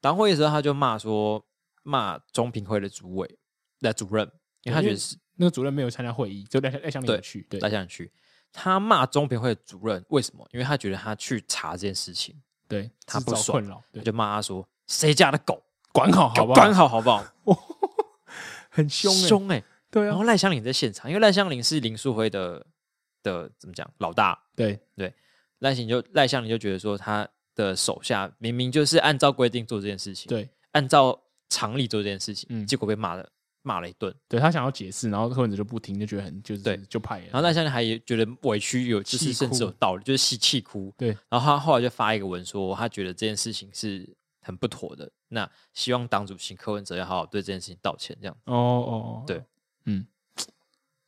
党会议的时候他就骂说骂中评会的主委的主任，因为他觉对因为得是那个主任没有参加会议，只有赖香赖香林对有去。对来想去，他骂中评会的主任为什么？因为他觉得他去查这件事情。对，他制不造爽困扰，对我，就骂他说：“谁家的狗，管好好狗不好？管好好不好？ 很凶欸，凶哎、对然啊后，赖香林在现场，因为赖香林是林树辉的的怎么讲老大，对赖香林就赖香林就觉得说他的手下明明就是按照规定做这件事情，，对按照常理做这件事情，嗯结果被骂了骂了一顿。对，他想要解释，然后柯文哲就不听，就觉得很就是对就派然后了，赖香林还觉得委屈有，就气是甚至哭有道理，就是气气哭。对然后他后来就发一个文说，他觉得这件事情是很不妥的，那希望党主席柯文哲要好好对这件事情道歉。这样，哦哦，哦对，嗯，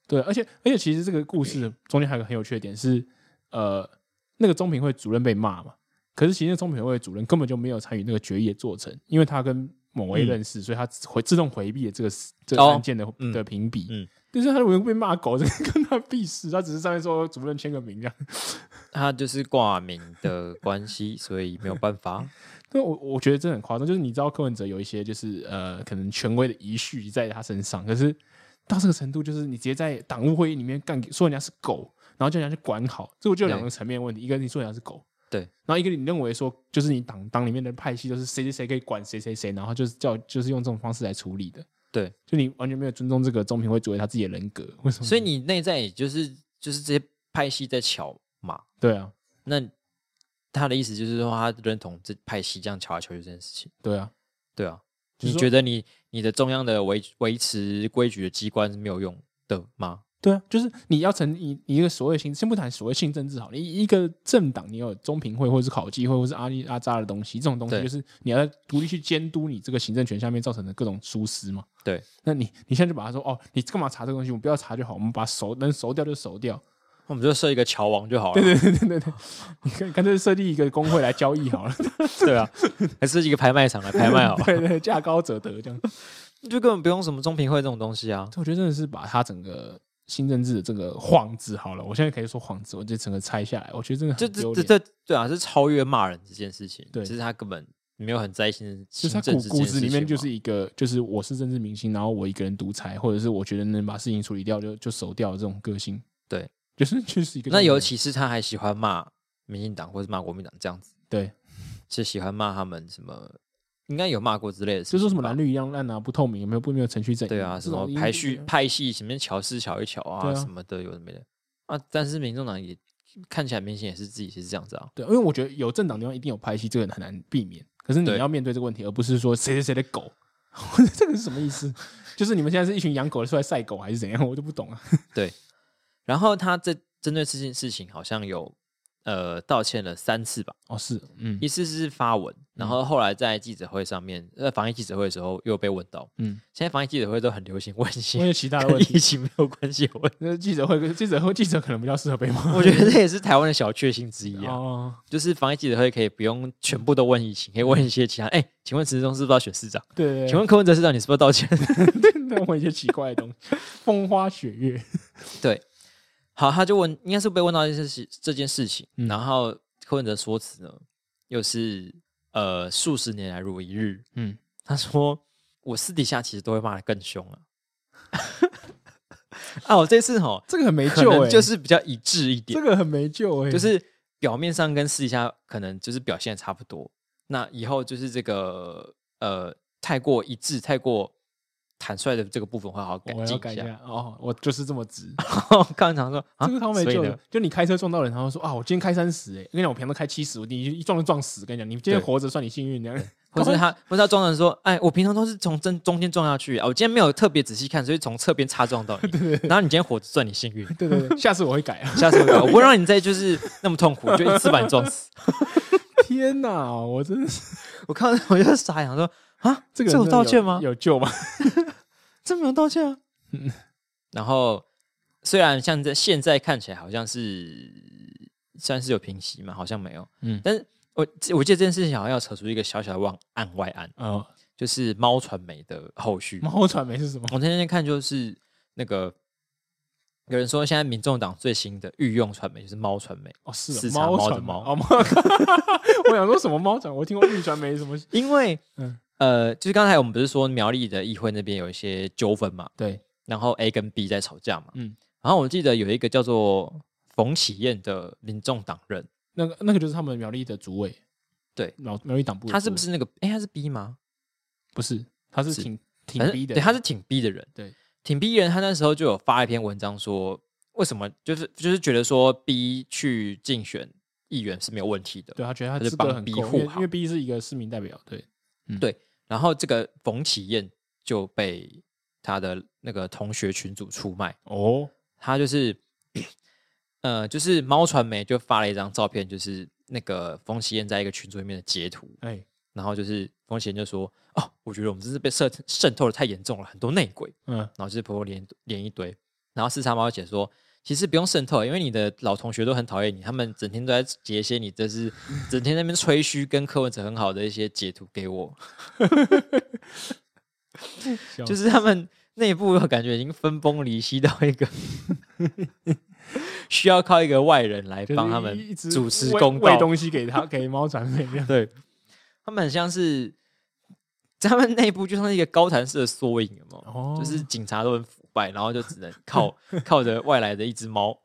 对，而且而且其实这个故事中间还有个很有趣的点是，呃，那个中评会主任被骂嘛，可是其实那个中评会主任根本就没有参与那个决议的做成，因为他跟某位嗯认识，所以他回自动回避了这个这个哦案件的嗯的评比，嗯但是他如果被骂狗，这个跟他屁事，他只是上面说主任签个名这样。他就是挂名的关系，所以没有办 法。对，我我觉得这很夸张，就是你知道柯文哲有一些就是呃，可能权威的遗绪在他身上，可是到这个程度，就是你直接在党务会议里面干说人家是狗，然后叫人家去管好，这我就有两对个层面的问题，一个你说人家是狗，对然后一个你认为说就是你党党里面的派系都是谁谁谁可以管谁谁谁，然后就是叫就是用这种方式来处理的，对，就你完全没有尊重这个中评会主委他自己的人格，为什么？所以你内在也就是就是这些派系在瞧嘛。对啊，那他的意思就是说，他认同这派系这样瞧来瞧去这件事情，对啊，对啊？就你是说觉得你你的中央的维维持规矩的机关是没有用的吗？对啊，就是你要成你你一个所谓性，先不谈所谓性政治好，你一个政党，你有中评会或者是考纪会或是阿里阿扎的东西，这种东西对就是你要独立去监督你这个行政权下面造成的各种疏失嘛。对，那你你现在就把它说哦，你干嘛查这个东西？我们不要查就好，我们把熟能熟掉就熟掉。我们就设一个桥王就好了。对对对对，你看干脆设立一个工会来交易好了，对啊，还是一个拍卖场来拍卖好了，对对，价高者得这样。 就根本不用什么中评会这种东西 啊。我觉得真的是把他整个新政治的这个幌子好了，我现在可以说幌子，我就整个拆下来，我觉得真的这很这丢这脸。这对啊，是超越骂人这件事情。对其实他根本没有很在意新就新是他政骨治这骨件子事里情面就嘛是一个，就是我是政治明星，然后我一个人独裁，或者是我觉得能把事情处理掉就就熟掉的这种个性。对， 就是就是一个那尤有其是他还喜欢骂民进党或是骂国民党这样子，对，就喜欢骂他们什么，应该有骂过之类的事就情吧，说什么蓝绿一样烂啊，不透明，有没有不没有程序正义？对啊，什这么种排一定序的派系前面瞧四瞧一瞧啊对啊什么的，有的没的啊。但是民众党也看起来明显也是自己是这样子啊，对，因为我觉得有政党地方一定有拍戏，这个很难避免。可是你对要面对这个问题，而不是说谁谁谁的狗， 我说这个是什么意思？ 就是你们现在是一群养狗的出来晒狗还是怎样？我 就不懂啊。然后他这针对这件事情好像有呃道歉了三次吧，哦，是，嗯一次是发文，然后后来在记者会上面，呃，防疫记者会的时候又被问到。嗯，现在防疫记者会都很流行问一因为些有其他的跟问疫题， 情没有关系的问题，那记者会记者会记者可能比较适合被骂。我觉得这也是台湾的小确幸 之一啊。哦，就是防疫记者会可以不用全部都问疫情，可以问一些其他。哎、请问陈时中是不是要选市长？对，请问柯文哲市长你是不是要道歉？ 那我一些奇怪的东西，风花雪月，好，他就问，应该是被问到这件事这件事情，嗯然后柯文哲说辞呢，又是呃数十年来如一日。嗯，他说我私底下其实都会骂的更凶啊。 啊，我这次吼， 这个很没可救哎、能就是比较一致一点这，个很没救哎、就是表面上跟私底下可能就是表现得差不多。那以后就是这个呃太过一致、太过坦率的这个部分会好好改我进要一改 一下。下哦，我就是这么直。刚常说啊 这个超，没所以救呢的，。就你开车撞到人，然后说啊，我今天开三十，哎，我跟你讲，我平常都开七十，我你一撞就撞死。跟你讲，你今天对活着算你幸运，这样。或者他，或者他撞人说：“哎，我平常都是从正中间撞下去啊，我今天没有特别仔细看，所以从侧边擦撞到 你。然后你今天活着，算你幸运。 对对对，下次我会改。啊下次我我不会让你再就是那么痛苦，就一次把你撞死。 天哪，我真的是我看到我就傻眼，想说啊，这个人这有真的道歉吗？有救吗？这没有道歉啊嗯。 然后虽然像在现在看起来好像是算是有平息嘛，好像没有。嗯但是我我记得这件事情好像要扯出一个小小的望案外案， 哦，就是猫传媒的后续。猫传媒是什么？我前天看就是那个有人说，现在民众党最新的御用传媒就是猫传媒，哦，是四哦叉猫的传媒猫哦，猫。 我想说什么猫传？我听过玉传媒什么？因为、嗯呃，就是刚才我们不是说苗栗的议会那边有一些纠纷嘛，对，然后 A 跟 B 在吵架嘛，嗯然后我记得有一个叫做冯启燕的民众党人，那个那个就是他们苗栗的主委，对苗苗栗党部的主委。他是不是那个？哎，他是 B 吗？不是？他是是挺挺反正逼的，对，他是挺 B 的人，对，挺 B 人。他那时候就有发一篇文章说，为什么就是就是觉得说 B 去竞选议员是没有问题的，对他觉得他他是资帮格很逼够，因护为航因为逼是一个市民代表，对。然后这个冯启燕就被他的那个同学群组出卖，哦，他就是， 呃，就是猫传媒就发了一张照片，就是那个冯启燕在一个群组里面的截图，哎，然后就是冯启燕就说：“哦，我觉得我们真是被渗渗透的太严重了，很多内鬼。嗯”，然后就是婆婆连连一堆，然后四叉猫姐说。其实不用渗透，因为你的老同学都很讨厌你，他们整天都在截一些你这是整天在那边吹嘘跟柯文哲很好的一些截图给我，笑就是他们内部感觉已经分崩离析到一 个需要靠一个外人来就是帮一他们一直主持喂公喂道。东西给他，给猫传媒 这样。对，他们很像是他们内部就像是一个高谈式的缩影，有没有？哦就是警察都很腐败，然后就只能靠 靠着外来的一只猫，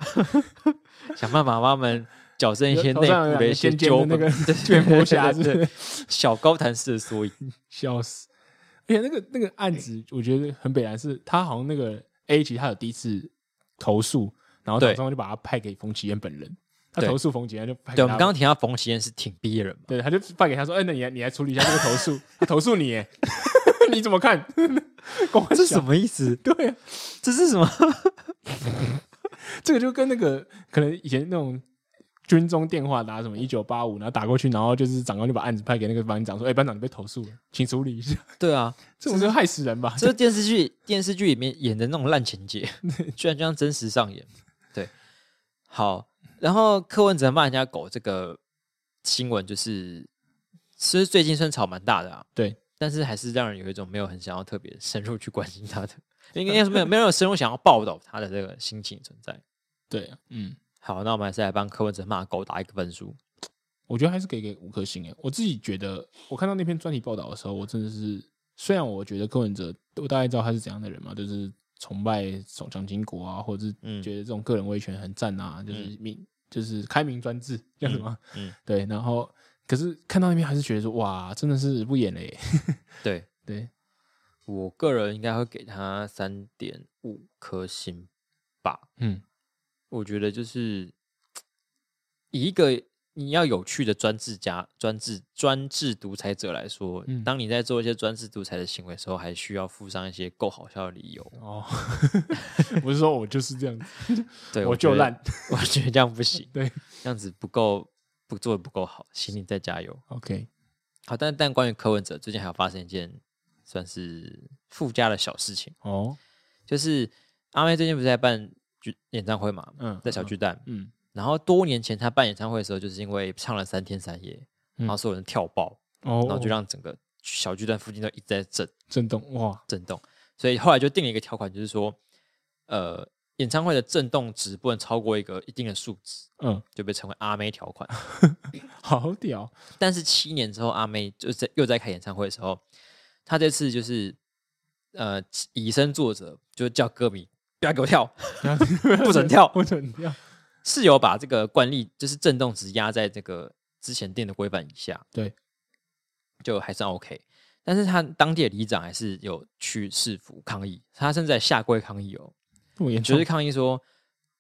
想办法把他们矫正一些内头部上的有两个一些尖尖纠的纷那个 对卷对毛虾对是不对是，小高谈式的缩影。笑死！而且那个那个案子，我觉得很北然是，他好像那个 A 其实他有第一次投诉，然后对厂商就把他派给冯启燕本人，他对投诉冯启燕就派给对，我们他刚刚提到冯奇燕是挺逼 人嘛，对，他就发给他说：“哎、那你来你来处理一下这个投诉，他投诉你耶， 你怎么看？” 公安这是小什么意思？对啊，这是什 么？这个就跟那个可能以前那种军中电话打什么一九八五，然后打过去，然后就是长官就把案子派给那个班长说：“哎、班长你被投诉了，请处理一下。对啊，”这种就害死人 吧？这是电视剧电视剧里面演的那种烂情节，居然就像真实上演。对，好，然后柯文哲骂人家狗这个新闻，就是其实最近算吵蛮大的啊，对，但是还是让人有一种没有很想要特别深入去关心他的， 应该是没有没有人深入想要报道他的这个心情存在。对啊，嗯，好，那我们还是来帮柯文哲骂狗打一个分数。我觉得还是给给五颗星诶、欸我自己觉得，我看到那篇专题报道的时候，我真的是，虽然我觉得柯文哲，我大概知道他是怎样的人嘛，就是崇拜蒋蒋经国啊，或者是嗯觉得这种个人威权很赞啊，就是民、就是开明专制这样子嘛，嗯， 对，然后可是看到那边还是觉得说，哇，真的是不演了、欸， 对对，我个人应该会给他三点五颗星吧。嗯，我觉得就是以一个你要有趣的专制家、专制专制独裁者来说，嗯当你在做一些专制独裁的行为的时候，还需要附上一些够好笑的理由。哦， 不是说我就是这样子，对我就，烂觉得我觉得这样不行， 对这样子不够，不做的不够好，请你再加油。 ，OK，好，但但关于柯文哲，最近还有发生一件算是附加的小事情，哦，就是阿妹最近不是在办剧演唱会嘛，嗯，在小巨蛋，嗯，然后多年前他办演唱会的时候，就是因为唱了三天三夜，嗯然后所有人跳爆，嗯，哦，然后就让整个小巨蛋附近都一直在震震动，哇，震动，所以后来就定了一个条款，就是说，呃，演唱会的震动值不能超过一个一定的数值，嗯， 就被称为阿妹条款。好屌，但是七年之后，阿妹就在又在开演唱会的时候，她这次就是呃以身作则，就叫歌迷不要给我跳， 不准跳，不准跳，是有把这个惯例，就是震动值压在这个之前定的规范以下，对，就还算 OK。但是他当地的里长还是有去市府抗议，他甚至还下跪抗议哦，这么严就重是抗议说，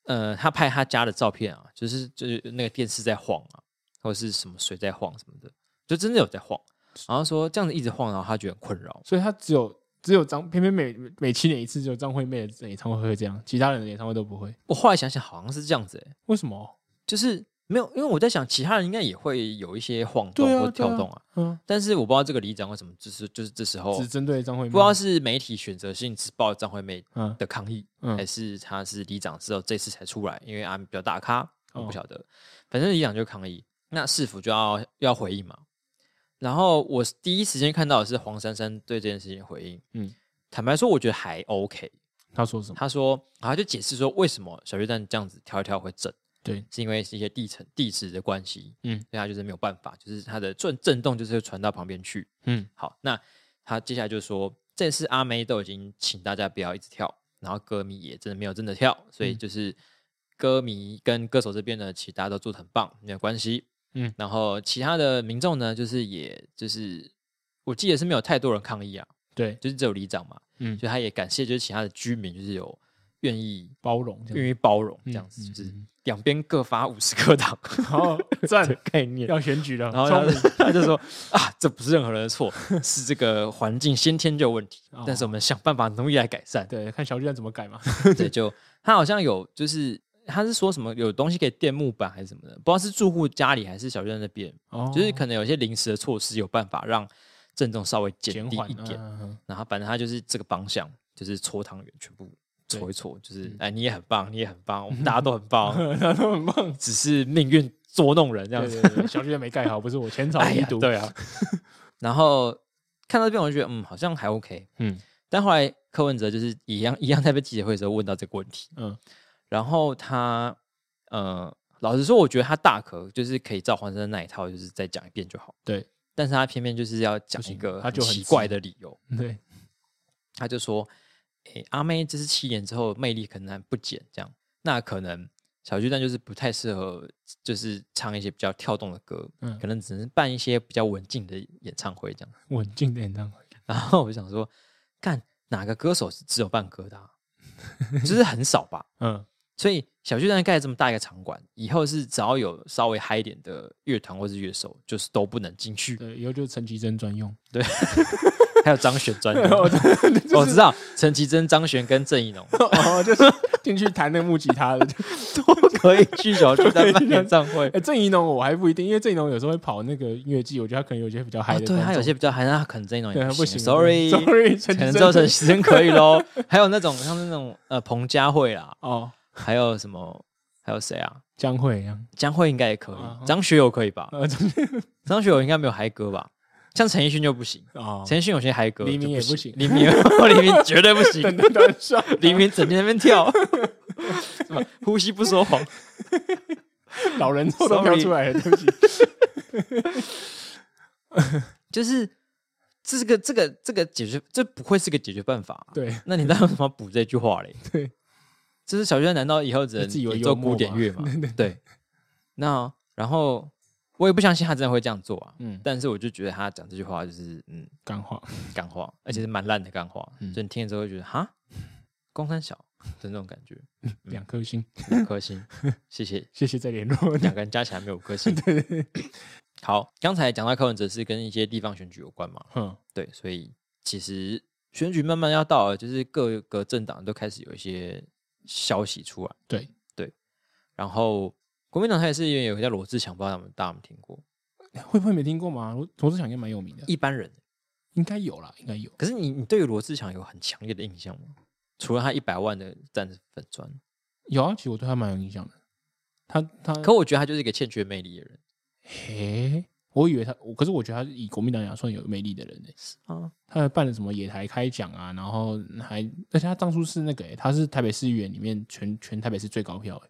呃，他拍他家的照片啊，就是就是那个电视在晃啊，或者是什么水在晃什么的，就真的有在晃。然后说这样子一直晃，然后他觉得很困扰。所以他只有只有张，偏偏每每七年一次，只有张惠妹的演唱会会这样，其他人的演唱会都不会。我后来想想，好像是这样子、欸，为什么？就是没有，因为我在想，其他人应该也会有一些晃对动啊或跳对啊动啊。嗯，但是我不知道这个里长为什么，就是就是这时候只针对张惠妹？不知道是媒体选择性只报张惠妹嗯的抗议，嗯还是他是里长之后这次才出来，因为阿米比较大咖，我哦不晓得。反正里长就抗议，那市府就要要回应嘛。然后我第一时间看到的是黄珊珊对这件事情回应，嗯嗯，坦白说我觉得还 OK。他说什么？他说，他就解释说为什么小巨蛋这样子跳一跳会震，对，是因为是一些地层地质的关系，嗯嗯，所以他就是没有办法，就是它的震震动就是会传到旁边去，嗯好，那他接下来就说，这次阿妹都已经请大家不要一直跳，然后歌迷也真的没有真的跳，所以嗯就是歌迷跟歌手这边呢，其实大家都做的很棒，没有关系。嗯，然后其他的民众呢，就是也就是我记得是没有太多人抗议啊，对，就是只有里长嘛，嗯所以他也感谢就是其他的居民就是有愿意包容这样。愿意包容嗯这样子，就是嗯两边各发五十颗 糖 好赞的，概念。要选举了，然后聪明他 他就说啊，这不是任何人的错， 是这个环境先天就有问题哦，。但是我们想办法努力来改善 对，看小巨蛋怎 么改嘛。对，就他好像有就是。他是说什么有东西可以垫木板还是什么的，不知道是住户家里还是小镇那边，哦就是可能有些临时的措施有办法让震动稍微减减低缓一点。嗯嗯嗯然后反正他就是这个方向，就是搓汤圆，全部搓一搓，就是嗯哎你也很棒，你也很 棒，我们大家都很棒，他都很棒。只是命运捉弄人这样对子。对对，小巨蛋没盖好，不是我前朝 哎遗呀毒。对 啊，然后看到这边我就觉得嗯好像还 OK，嗯但后来柯文哲就是一样一样在被记者会的时候问到这个问题，嗯，然后他呃，老实说，我觉得他大可就是可以照黄珊珊那一套，就是再讲一遍就好。对但是他偏偏就是要讲不一行个他就很奇怪的理由，对，他就说：“诶，阿妹这是七年之后魅力可能不减，这样那可能小巨蛋就是不太适合，就是唱一些比较跳动的歌，嗯可能只能办一些比较文静的演唱会这样。”稳定的演唱会。然后我就想说，看哪个歌手是只有办歌的、啊，就是很少吧。嗯，所以小巨蛋盖这么大一个场馆，以后是只要有稍微嗨一点的乐团或是乐手，就是都不能进去。对，以后就是陈绮贞 专用。还有张悬专 用，我知道陈绮贞、张悬跟郑怡农哦，就是进去弹那木吉他的。 都可以去小巨蛋办演唱会哎、。郑怡农我还不一定，因为郑怡农有时候会跑那个音乐季，我觉得他可能有些比较嗨啊的、对，还有些比较嗨，那可能郑怡农对也他不不行行。 ，sorry， sorry，可陈能绮只有陈贞绮贞可以喽。还有那种像那种呃彭佳慧啦，哦，还有什么还有谁啊？江蕙一样，江蕙应该也可啊哈以，张学友可以吧？呃，张学友应该没有嗨歌吧？像陈奕迅就不行， 哦，陈奕迅有些嗨歌，黎明也不不行黎明 哦黎明绝对不等 行，等等笑，黎明整天在那边 跳，什么呼吸不说谎，老人臭都飘出来 了，对不起。就是这是个这个这个解决，这不会是个解决办法啊、对，那你当然怎么补这句话嘞？ 对，就是小娟，难道以后只能自己有演幽奏默古典吧乐吗？ 对，那然后我也不相信他真的会这样做啊。嗯，但是我就觉得他讲这句话就是嗯干话，干话，而且是蛮烂的干话，嗯所以你听了之后会觉得哈，光三小的那种感觉，两颗星，两颗星，谢谢，谢谢再联 络。两个人加起来没有五颗星。好，刚才讲到柯文哲是跟一些地方选举有关嘛，嗯，对，所以其实选举慢慢要到了，就是各个政党都开始有一些消息出来。对，然后国民党他也是因为有一个叫罗志祥，不知道你们大家有没有听过？会不会没听过吗？罗罗志祥应该蛮有名的，一般人，应该有啦，应该有。可是你你对于罗志祥有很强烈的印象吗？除了他一百万的赞粉砖，有啊，其实我对他蛮有印象的。他他，可我觉得他就是一个欠缺魅力的人嘿，我以为他，我可是我觉得他是以国民党来讲算有魅力的人呢、啊。他还办了什么野台开讲啊，然后还而且他当初是那个、欸，他是台北市议员里面全全台北市最高票、欸，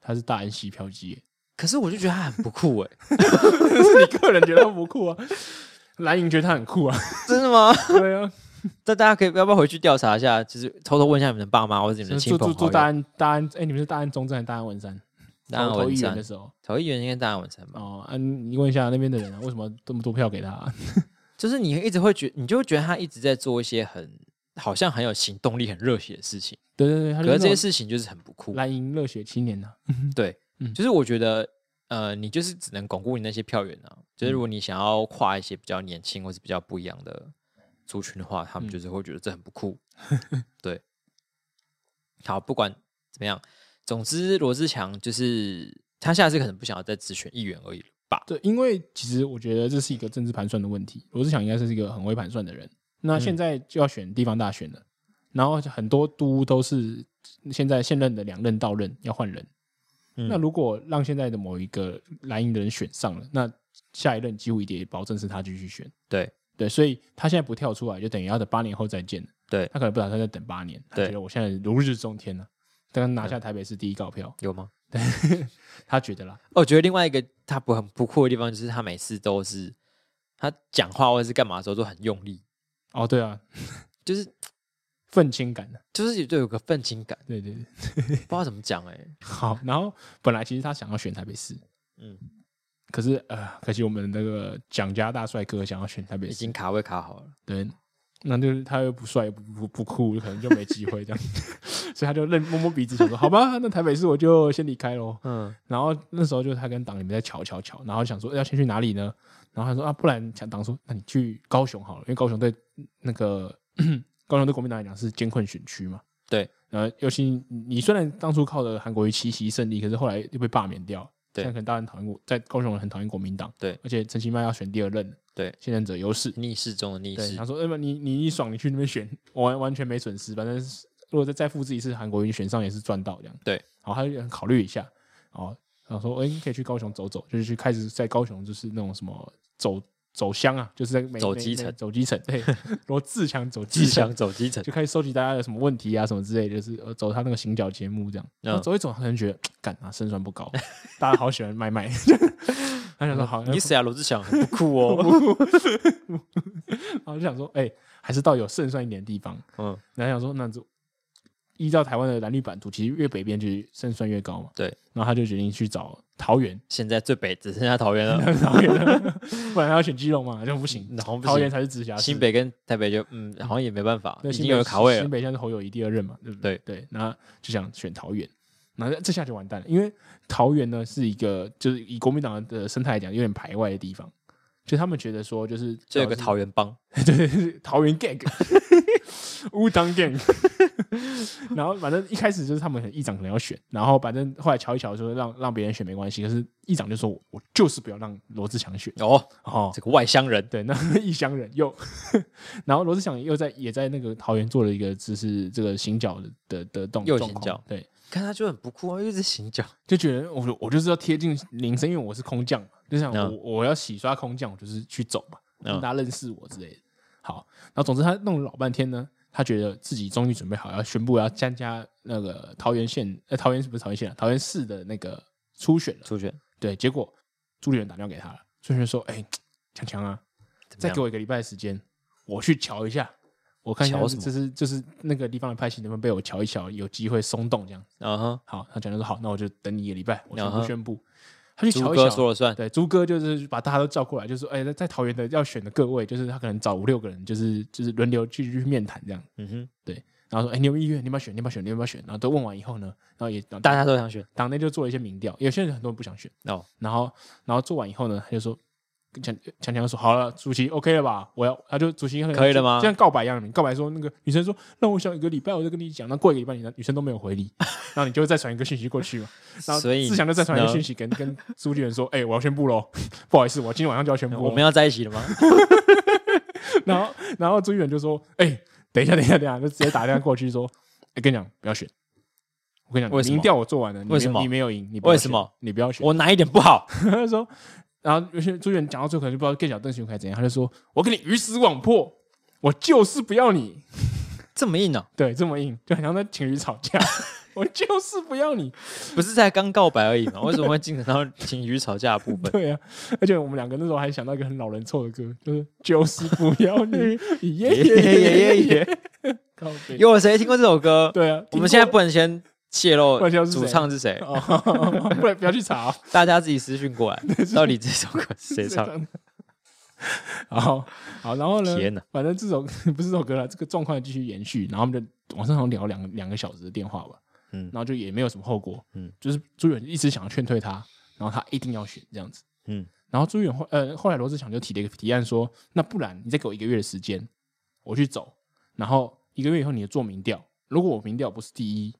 他是大安溪票机、 欸，可是我就觉得他很不酷哎、你个人觉得他不酷啊？ 蓝营觉得他很 酷啊？ 真的吗？对啊，那大家可以要不要回去调查一下？就是偷偷问一下你们的爸妈或者你们的亲住住朋住好大友。安大安，哎、你们是大安中正还是大安文山？大安投投文议员山的时候，陶艺员应该大家晚餐吧？哦，啊，你问一下那边的人、啊，为什么这么多票给他、啊？就是你一直会觉，你就会觉得他一直在做一些很好像很有行动力、很热血的事情，对对对，他可就是是这些那种事情就是很不酷。蓝营热血青年啊呐、对，嗯就是我觉得，呃，你就是只能巩固你那些票源啊。就是如果你想要跨一些比较年轻或是比较不一样的族群的话，他们就是会觉得这很不 酷。对，好，不管怎么样，总之罗志强就是他下次可能不想要再只选议员而已了吧？对，因为其实我觉得这是一个政治盘算的问题。罗志祥应该是一个很会盘算的人。那嗯现在就要选地方大选了，然后很多都都是现在现任的两任到任要换人。嗯那如果让现在的某一个蓝营的人选上了，那下一任几乎一定也保证是他继续选。对对，所以他现在不跳出来，就等于要等八年后再见了。对他可能不打算再等八年，他对觉得我现在如日中天了、刚刚拿下台北市第一高票，有吗？他觉得啦，哦我觉得另外一个他不很不酷的地方就是他每次都是他讲话或者是干嘛的时候都很用力，哦，对啊，就是愤青感的，就是就有个愤青感，对对对。不知道怎么讲哎、好，然后本来其实他想要选台北市，嗯，可是呃，可惜我们那个蒋家大帅哥想要选台北已市，经卡位卡好了。对，那就是他又不帅不不不酷，可能就没机会这样， 所以他就认摸摸鼻子想说，好吧，那台北市我就先离开喽。嗯，然后那时候就他跟党里面在瞧瞧瞧，然后想说要先去哪里呢？然后他说啊，不然想党说，那你去高雄好了，因为高雄对 嗯那个高雄对国民党来讲是艰困选区嘛。对，然后尤其你虽然当初靠着韩国瑜七席胜利，可是后来又被罢免掉，对现在可能大家很讨厌国，在高雄人很讨厌国民党，对而且陈其迈要选第二任，对，现任者优势，逆势中的逆对，势他，说，要么你你一爽，你去那边选，我完完全没损失，反正是如果再再复制一次韩国瑜选上也是赚到这样。对，然后他就考虑一下，哦，然后说，哎、你可以去高雄走走，就是去开始在高雄就是那种什么走走乡啊，就是在每走每基层每走基层， 对，罗志强走基自层强。走基层，就开始收集大家有什么问题啊，什么之类的，就是呃走他那个行脚节目这样，嗯然后走一走，他可能觉得干啊胜算不高，大家好喜欢麦麦， 他想说好，你谁啊？罗志祥很不酷哦。 然后就想说，哎、还是到有胜算一点的地方，嗯，然后想说，那就依照台湾的蓝绿版图，其实越北边就是胜算越高嘛。对，，然后他就决定去找桃园 现在最北只剩下桃园了，桃园了，不然他要选基隆嘛，就不行，然后嗯不桃园行，才是直辖市。新北跟台北就嗯，好像也没办法，对已新经北有人卡位新了。北现在是侯友谊第二任嘛，对不对？对，那就想选桃园，那这下就完蛋了，因为桃园呢是一个就是以国民党的生态来讲，有点排外的地方。就他们觉得说，就是就有个只要是桃园帮，对，桃园 gang，乌当 gang。然后反正一开始就是他们可能议长可能要选，然后反正后来瞧一瞧说让让别人选没关系，可是议长就说我我就是不要让罗志祥选哦，哦。这个外乡人，对，那异乡人又， 然后罗志祥又在也在那个桃园做了一个就是这个行脚的的的动右状行况脚对，看他就很不酷啊，一直行脚，就觉得我就我就是要贴近铃声，因为我是空降嘛，就想我、嗯我要洗刷空降，我就是去走嘛，嗯让大家认识我之类的。好，然后总之他弄了老半天呢，他觉得自己终于准备好要宣布要参加那个桃园县，呃，桃园是不是桃园县、啊？桃园市的那个初选了。出去对，结果朱立伦打电话给他了，朱立伦说：“哎、嗯强强啊，怎么再样给我一个礼拜的时间，我去瞧一下，我看一下瞧什么这是就是那个地方的派系能不能被我瞧一瞧，有机会松动这样。”啊哈，好，他讲的说好，那我就等你一个礼拜，我全嗯部哼宣布。他去朱瞧一哥瞧，说了算，对，朱哥就是把大家都叫过来，就是哎、在在桃园的要选的各位，就是他可能找五六个人，就是就是轮流去去面谈这样。嗯哼，然后说，哎、你有没有意愿？你要不要选？你要不要选？你要不要选？然后都问完以后呢，然后也大家都想选党内就做了一些民调，有些人很多人不想选。哦，然后然后做完以后呢，他就说。强强强说好了，主席 OK 了吧？我要，他就主席可以了吗就像告白一样，你告白说那个女生说让我想一个礼拜，我再跟你讲。那过一个礼拜，你女生都没有回你， 然后你就再传一个讯息过去嘛。然后所以志强就再传一个呢讯息跟跟朱立伦说：“哎、我要宣布喽， 不好意思，我今天晚上就要宣布咯。我们要在一起了吗？ 然后然后朱立伦就说：“哎、等一下，等一下，等一下，就直接打电话过去说：‘哎、跟你讲，不要选。’我跟你为讲，什么民调我做完了，你没有为什么你没有赢？你不要为选什么？你不要选？我哪一点不好？ 他就说，然后有些朱元讲到最后可能就不知道更小邓学凯怎样，他就说：“我跟你鱼死网破，我就是不要你。这么硬呢、”啊对，这么硬，就很像在情侣吵架， 我就是不要你。不是才刚告白而已吗？为什么会进展到情侣吵架的部分？对啊，而且我们两个那时候还想到一个很老人臭的歌，就是“就是不要你”， 耶耶耶耶耶，靠 背。有谁听过这首歌？对啊，我们现在不能先泄露不然就是谁主唱是谁，哦， 不然不要去查、哦。大家自己私讯 过来，到底这首歌是谁唱？的？好好，然后呢？天哪！反正这首 不是这首歌了，这个状况继续延续，然后我们就网上好像聊两个两个小时的电话吧，嗯然后就也没有什么后果，嗯就是朱远一直想要劝退他，然后他一定要选这样子，嗯，然后朱远后呃后来罗志祥就提了一个提案说，那不然你再给我一个月的时间，我去走，然后一个月以后你就做民调，如果我民调不是第一，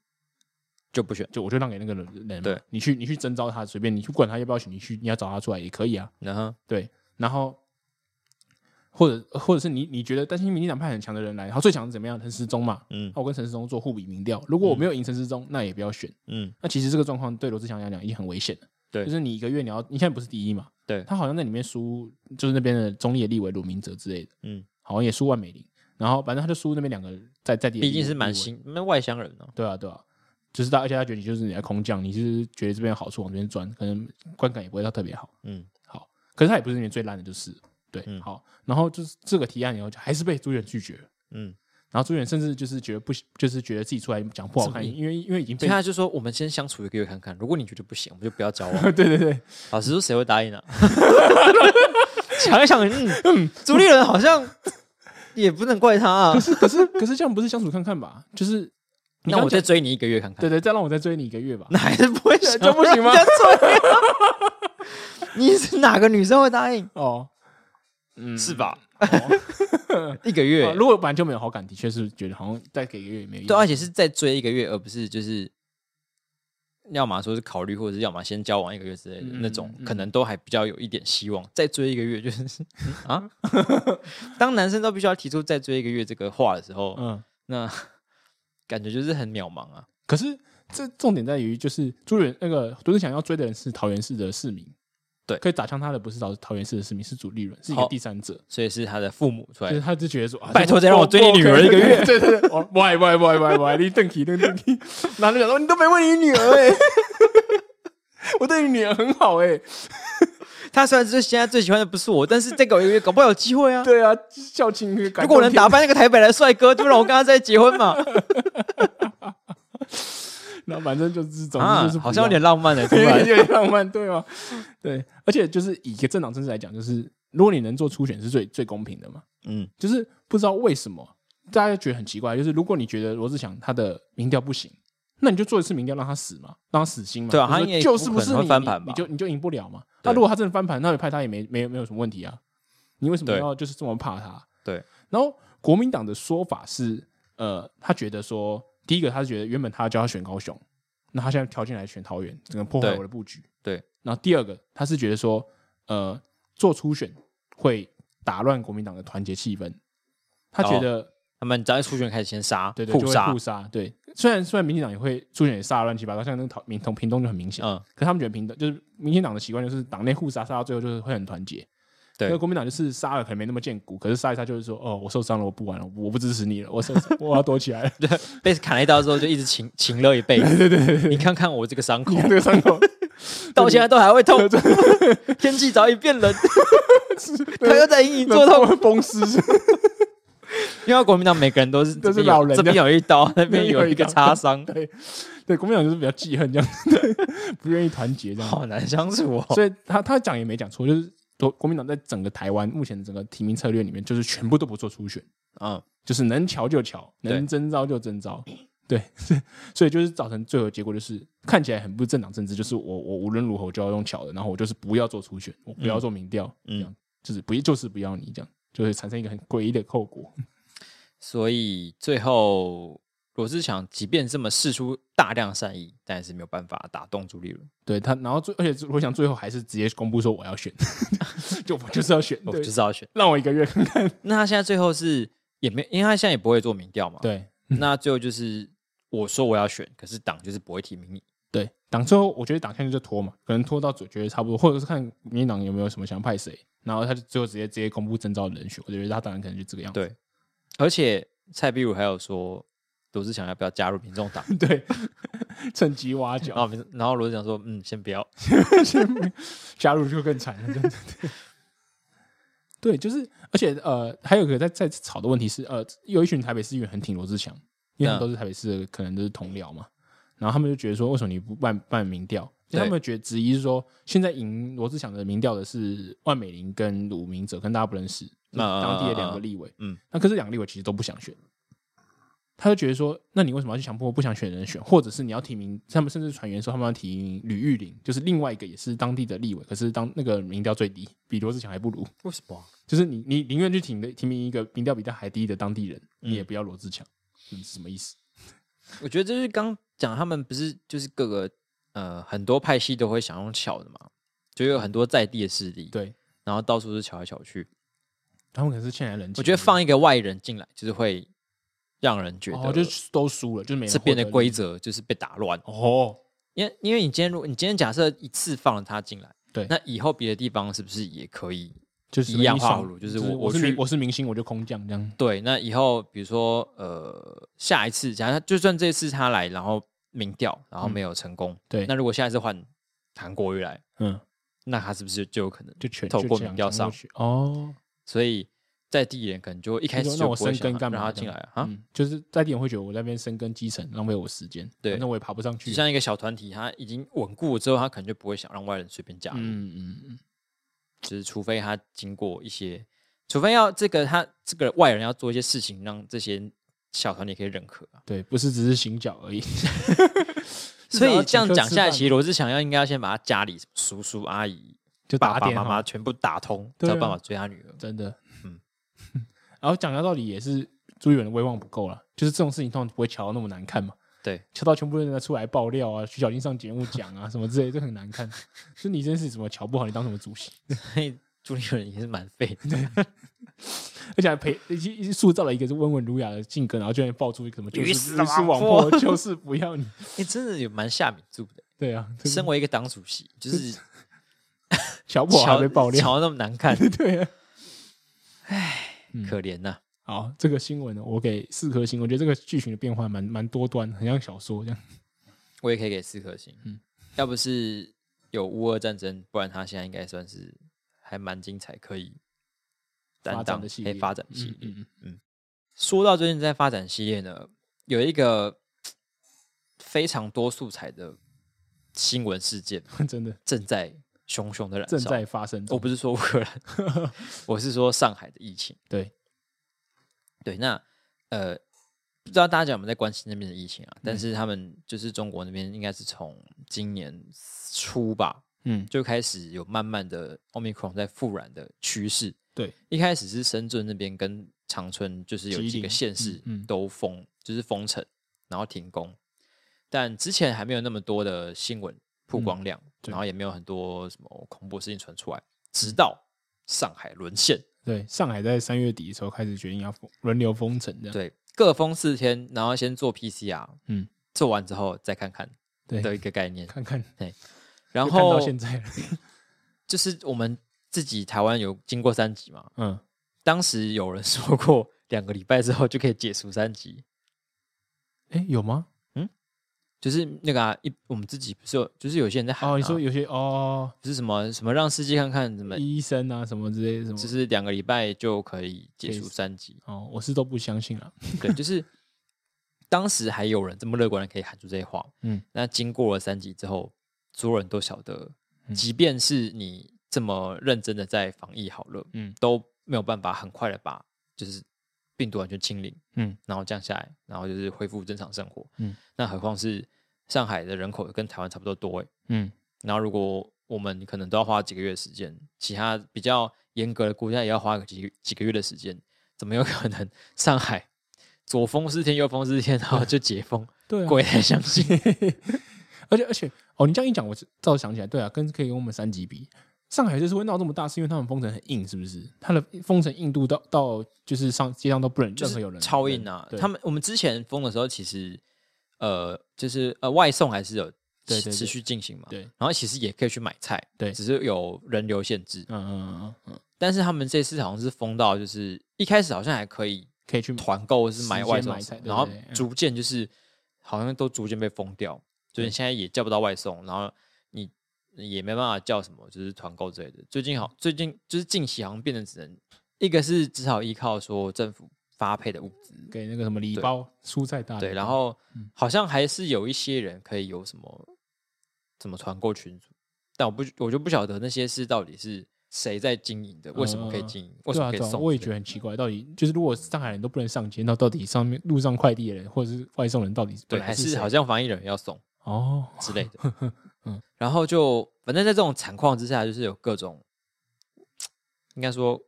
就不选。就我就让给那个人人嘛，对你去你去征召他，随便你去管他要不要选，你去你要找他出来也可以啊，然后对，然后或者或者是你你觉得担心民进党派很强的人来，然后最强是怎么样？陈时中嘛，嗯那我跟陈时中做互比民调，如果我没有赢陈时中，那也不要选。嗯，那其实这个状况对罗志祥来讲已经很危险了。对就是你一个月你要，你现在不是第一嘛？对他好像在里面输，就是那边的中立的立委鲁明哲之类的，嗯，好像也输万美玲，然后反正他就输那边两个在在地的立毕委，竟是蛮立委新，那外乡人哦。对啊，对啊，就是他，而且他觉得你就是你在空降，你是觉得这边有好处往这边钻，可能观感也不会到特别好。嗯，好，可是他也不是里面最烂的，就是对，嗯好。然后就是这个提案以后，就还是被朱远拒绝。嗯，然后朱远甚至就是觉得不，就是觉得自己出来讲不好看，这么硬因为因为已经所被 以他就说我们先相处一个月看看，如果你觉得不行，我们就不要交 往。对对对，老实说，谁会答应 啊？想一想，嗯，朱立伦好像也不能怪他 啊可。是可是可是这样不是相处看看吧？就是你那我刚再讲追你一个月看看对，对，再让我再追你一个月吧。那还是不会想就不行吗让人家追啊 你是哪个女生会答应？哦，嗯，是吧？哦 一个哦月，如果本来就没有好感，的确是觉得好像再给一个月也没有意义。对，而且是再追一个月，而不是就是，要么说是考虑，或者是要么先交往一个月之类的嗯那种嗯，可能都还比较有一点希望。再追一个月就是 嗯啊， 当男生都必须要提出再追一个月这个话的时候，嗯，那 感觉就是很渺茫啊。可是这重点在于，就是朱元那个独自想要追的人是桃园市的市民，对可以打枪他的不是桃桃园市的市民，是主利润，是一个好第三者，所以是他的父母出就来，是他就觉得说，啊拜托再让我追你女儿一个月，这不不 对对对，我喂喂喂喂喂，你邓启邓邓启，然后就想哦说你都没问你女儿哎、 我对你女儿很好哎、他虽然是现在最喜欢的不是我，但是再给我一个月，搞不好有机会啊。对啊，校庆如如果我能打败那个台北来的帅哥，就让我跟他再结婚嘛。 然后反正就是总之啊就是、，好像有点浪 漫的，突有然。点浪漫，对吗？对，而且就是以一个政党政治来讲，就是如果你能做初选是最最公平的嘛，嗯就是不知道为什么大家觉得很奇怪，就是如果你觉得罗志祥他的民调不行，那你就做一次民调让他死嘛，让他死心嘛，对啊就他说应该也就是不不可是能会你翻盘吧你你就你就赢不了嘛。对那如果他真的翻盘，那你派他也没没有没有什么问题啊，你为什么对要就是这么怕他？对，然后国民党的说法是，呃，他觉得说，第一个他觉得原本他就要选高雄，那他现在跳进来选桃园，整个破坏对我的布局。对，然后第二个他是觉得说，呃，做初选会打乱国民党的团结气氛，他觉得他们只要一出拳开始先杀，对对，互就杀哦会互，杀。对，虽然虽然民进党也会出现也杀得乱七八糟，像那个桃民同屏东就很明显，嗯，可他们觉得平等就是民进党的习惯就是党内互杀，杀到最后就是会很团结。对那国民党就是杀了可能没那么见骨，可是杀一杀就是说，哦，我受伤了，我不玩了，我不支持你了，我受伤我要躲起来了。被砍了一刀之后就一直情情乐一辈 子。对对对，你看看我这个伤口你，看这个伤 口，到现在都还会 痛，天气早已变冷， 他又在隐隐作痛。会风湿，因为国民党每个人都是都是这边有老人啊这边有一刀， 那边有一个擦伤， 对对，国民党就是比较记恨这样子，对不愿意团结这样子。好难相处哦。所以他他讲也没讲错，就是国国民党在整个台湾目前的整个提名策略里面，就是全部都不做初选，嗯，就是能瞧就瞧，对能征召就征召。 对，所以就是造成最后的结果就是看起来很不政党政治，就是我我无论如何我就要用巧的，然后我就是不要做初选，我不要做民调，嗯这样就是不就是不要你这样，就会产生一个很诡异的后果。所以最后罗志祥即便这么试出大量善意，但也是没有办法打动朱立伦。对他，然后最而且我想最后还是直接公布说我要选， 就我就是要选， 我对就是要选。让我一个月看看。那他现在最后是也没，因为他现在也不会做民调嘛。，对，那最后就是我说我要选，可是党就是不会提名你。对，党最后我觉得党现在就拖嘛，可能拖到嘴觉得差不多，或者是看民进党有没有什么想派谁，然后他就最后直接直接公布征召人选，我觉得他当然可能就这个样子。对，而且蔡壁如还有说罗志祥要不要加入民众党， 对趁机挖然角，后民众然后罗志祥说嗯，先不要。 加入就更惨了，真的。对，就是，而且呃，还有一个在在吵的问题是，呃，有一群台北市议员很挺罗志祥，因为他们嗯都是台北市的，可能都是同僚嘛，然后他们就觉得说，为什么你不办办民调？因为对他们觉得质疑是说，现在赢罗志祥的民调的是万美玲跟鲁明哲，跟大家不认识，那当地的两个立委，嗯嗯，那可是两个立委其实都不想选，他就觉得说，那你为什么要去强迫不想选的人选，或者是你要提名？他们甚至传言说他们要提名吕玉玲，就是另外一个也是当地的立委，可是当那个民调最低，比罗志祥还不如，为什么啊？就是你你宁愿去提名提名一个民调比他还低的当地人，你也不要罗志强，嗯，什么意思？我觉得就是刚讲他们不是就是各个呃很多派系都会想用巧的嘛，就有很多在地的势力，，对然后到处是巧来巧去。他们可能是欠来人情，我觉得放一个外人进来，就是会让人觉哦，得就是都输了，就是没人这边的获得规则就是被打乱。哦，因为因为你今天如果你今天假设一次放了他进来，对那以后别的地方是不是也可以？就是一样你爽化葫芦就是我我我是去明我是明星，我就空降这样，对，那以后比如说呃下一次，假设就算这次他来，然后民调然后没有成功，嗯对那如果下一次换韩国瑜来，嗯，那他是不是就有可能？就全透就过这样民调冲上过去哦。所以在地人可能就一开就始说那就我不会深想耕要干嘛让他这进来样了啊，嗯，就是在地人会觉得我在那边深耕基层，浪费我时间，对反正我也爬不上去就。像一个小团体，他已经稳固了之后，他可能就不会想让外人随便加入，嗯嗯嗯，就是除非他经过一些，除非要这个他这个外人要做一些事情，让这些小团体可以认可啊、对，不是只是行脚而已。 所以要这样啊请客讲吃下来，饭其实罗志祥要应该要先把他家里什么叔叔阿姨、就爸打爸点妈哈，妈全部打通，才对啊有办法追他女儿。真的，嗯嗯。 然后讲到道理也是朱一元的威望不够了，就是这种事情通常不会瞧到那么难看嘛。对， 瞧到全部人在出来爆料啊，徐小丁上节目讲啊什么之类，这很难看。 就你真是怎么瞧不好，你当什么主席？所以朱立伦也是蛮废的。 而且还培已经已经塑造了一个是温文儒雅的性格，然后居然爆出一个什么就鱼是死鱼死网网破破，就是不要你。 哎、真的有蛮下敏柱的。对啊，这个身为一个党主席，就是小宝还瞧被爆料，瞧那么难看， 对啊，嗯可怜呐、好，这个新闻呢，我给四颗星。我觉得这个剧情的变化蛮蛮多端，很像小说这样。我也可以给四颗星。嗯，要不是有乌俄战争，不然他现在应该算是还蛮精彩，可以担发当展的系可以列发展的系嗯列。嗯，嗯说到最近在发展系列呢，有一个非常多素材的新闻事件嗯 真的正在熊熊的燃正烧。在发生我中。不是说乌克 兰，我是说上海的疫情。对，对，那呃，不知道大家有没有在关心那边的疫情啊？嗯但是他们就是中国那边，应该是从今年初吧嗯，就开始有慢慢的奥密克戎在复燃的趋势。对，一开始是深圳那边跟长春，就是有吉几个林县市嗯嗯都封，就是封城，然后停工。但之前还没有那么多的新闻曝光量，嗯对嗯然后也没有很多什么恐怖事情传出来，直到上海沦陷，对，上海在三月底的时候开始决定要封轮流封城这样。对，各封四天，然后先做 PCR，嗯，做完之后再看看对的一个概 念。看看，然就看到后现在了，就是我们自己台湾有经过三级嘛，嗯，当时有人 说过两个礼拜之后就可以解除三级，哎，有吗？就是那个、啊、一我们自己不是有，就是有些人在喊、啊，哦，你说有些哦，就是什么什么让世界看看什么，医生啊什么之类的什么就，是两个礼拜就可以解除三级，哦，我是都不相信了。对，就是当时还有人这么乐观的可以喊出这些话，嗯，那经过了三级之后，所有人都晓得，嗯即便是你这么认真的在防疫好了，嗯，都没有办法很快的把就是病毒完全清零，嗯，然后降下来，然后就是恢复正常生活，嗯，那何况是上海的人口跟台湾差不多多、欸，嗯，然后如果我们可能都要花几个月的时间，其他比较严格的国家也要花个几几个月的时间，怎么有可能上海左封四天，右封四天，然后就解封？对啊，鬼才相信！ 而且而且哦，你这样一讲，我倒是想起来，对啊，跟可以跟我们三级比，上海就是会闹这么大，是因为他们封城很硬，是不是？它的封城硬度到到就是上街上都不能就任何有是人，超硬啊！对他们我们之前封的时候，其实呃，就是呃外送还是有对持对对持续进行嘛。对然后其实也可以去买菜，对只是有人流限制。嗯嗯嗯嗯，嗯，但是他们这次好像是封到，就是一开始好像还可以可以去团购是买外送直接买菜，对然后对对嗯逐渐就是好像都逐渐被封掉，所以对现在也叫不到外送，然后你也没办法叫什么，就是团购之类的。最近嗯好，最近就是近期好像变得只能一个是只好依靠说政府发配的物资，给那个什么礼包、蔬菜大礼包对，然后嗯好像还是有一些人可以有什么怎么团购群组，但我不我就不晓得那些是到底是谁在经营的，为什么可以嗯经营，为什么可以对啊对啊送，我也觉得很奇怪，到底就是如果上海人都不能上街，那到底上面路上快递的人或者是外送人到底对，本来还是谁好像防疫人员要送。哦，之类的。嗯，然后就反正在这种惨况之下，就是有各种，应该说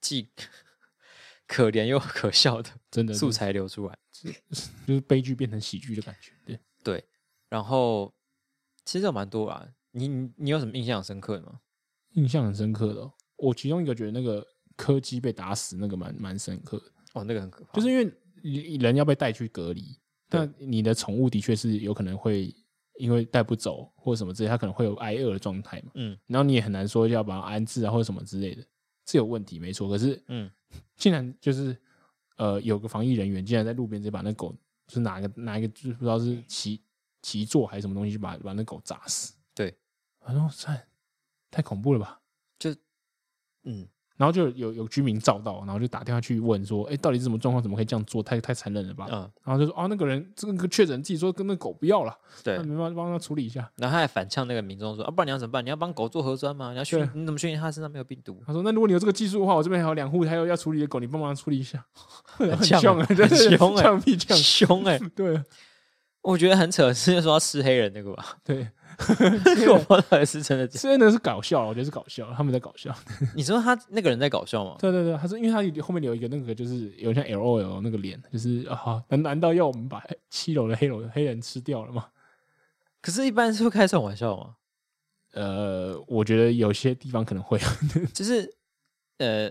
既可 怜又可笑的真的素材流出来。就是悲剧变成喜剧的感觉，对。对，然后其实有蛮多啊。你你你有什么印象深刻的吗？印象很深刻的哦、我其中一个觉得那个柯基被打死那个蛮蛮深刻的，哦，那个很可怕，就是因为你人要被带去隔离，对但你的宠物的确是有可能会因为带不走或什么之类，它可能会有挨饿的状态嘛，嗯然后你也很难说要把它安置啊或者什么之类的，是有问题没错，可是嗯，竟然就是呃有个防疫人员竟然在路边直接把那狗就是哪个哪一个就是不知道是骑骑坐还是什么东西，就把把那狗砸死，对，然后算太恐怖了吧。嗯，然后就有有居民照到，然后就打电话去问说：“哎，到底是什么状况？怎么可以这样做？太太残忍了吧？”嗯然后就说：“啊，那个人这个确诊自己说跟那狗不要了，对那。没办法帮他处理一下。然后他还反呛那个民众说：“啊，不然你要怎么办？你要帮狗做核酸吗？你要确对你怎么确定它身上没有病毒”他说：“那如果你有这个技术的话，我这边还有两户还有要处理的狗，你帮忙处理一下。”很呛凶啊，欸对对对很凶欸呛屁？”呛，凶哎、对啊我觉得很扯，是说要吃黑人那个吧？ 对，我不知道是真的假的虽然那是搞笑，啊我觉得是搞笑，他们在搞笑。你说他那个人在搞笑吗？对对对，他说，因为他有后面留一个那个，就是有像 L O L 那个脸，就是啊，难难道要我们把七楼的黑楼黑人吃掉了吗？可是，一般是会开这种玩笑 吗？呃，我觉得有些地方可能会， 就是，呃，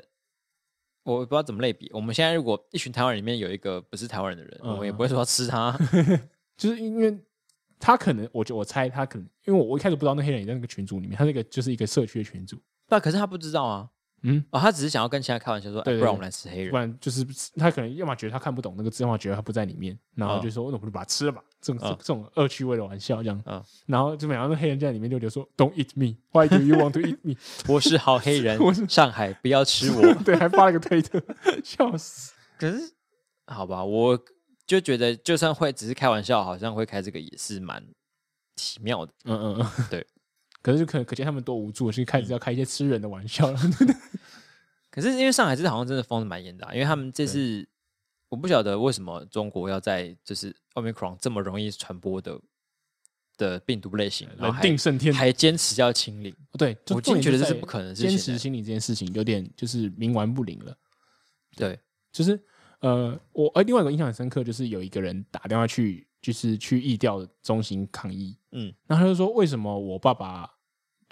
我不知道怎么类比。我们现在如果一群台湾人里面有一个不是台湾人的人，嗯我们也不会说要吃 他。就是因为他可能，我就我猜他可能，因为我我一开始不知道那黑人也在那个群组里面，他那个就是一个社区的群组，那可是他不知道啊。嗯，哦，他只是想要跟其他开玩笑说，哎对对不然我们来吃黑不人。然就是他可能要么觉得他看不懂那个字，要么觉得他不在里面，然后就说、哦那我们就把它吃了吧，这种、嗯这种恶趣味的玩笑这样，嗯然后就每当那黑人在里面就留说 Don't eat me, why do you want to eat me？我是好黑人 我是，。上海不要吃我 对，还发了个推特，笑死。可是，好吧，我就觉得，就算会只是开玩笑，好像会开这个也是蛮奇妙的。嗯嗯嗯，对。可是就可可见他们多无助，是开始要开一些吃人的玩笑了。可是因为上海这次好像真的封的蛮严的、啊，因为他们这次我不晓得为什么中国要在就是 omicron 这么容易传播的的病毒类型，然后人还定胜天，还坚持要清零，对，就我就重点觉得这在是于不可能的事坚情持欸心理这件事情有点就是冥顽不灵了。对，就是呃，我呃，另外一个印象很深刻，就是有一个人打电话去，就是去疫调中心抗议，嗯，然后他就说为什么我爸爸，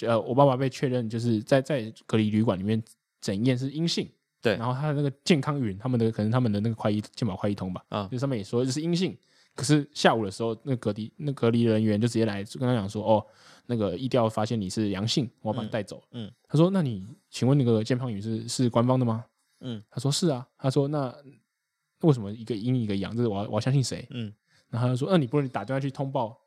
呃，我爸爸被确认就是在在隔离旅馆里面检验是阴性，对然后他的那个健康云，他们的可能他们的那个快医健保快医通吧，啊就上面也说就是阴性，可是下午的时候，那个隔离那隔离人员就直接来就跟他讲说，哦，那个疫调发现你是阳性，我要把你带走。嗯嗯他说，那你请问那个健康云是是官方的吗？嗯，他说是啊。他说那为什么一个阴一个阳？这是我要我要相信谁？嗯，然后他就说，那呃你不能打电话去通报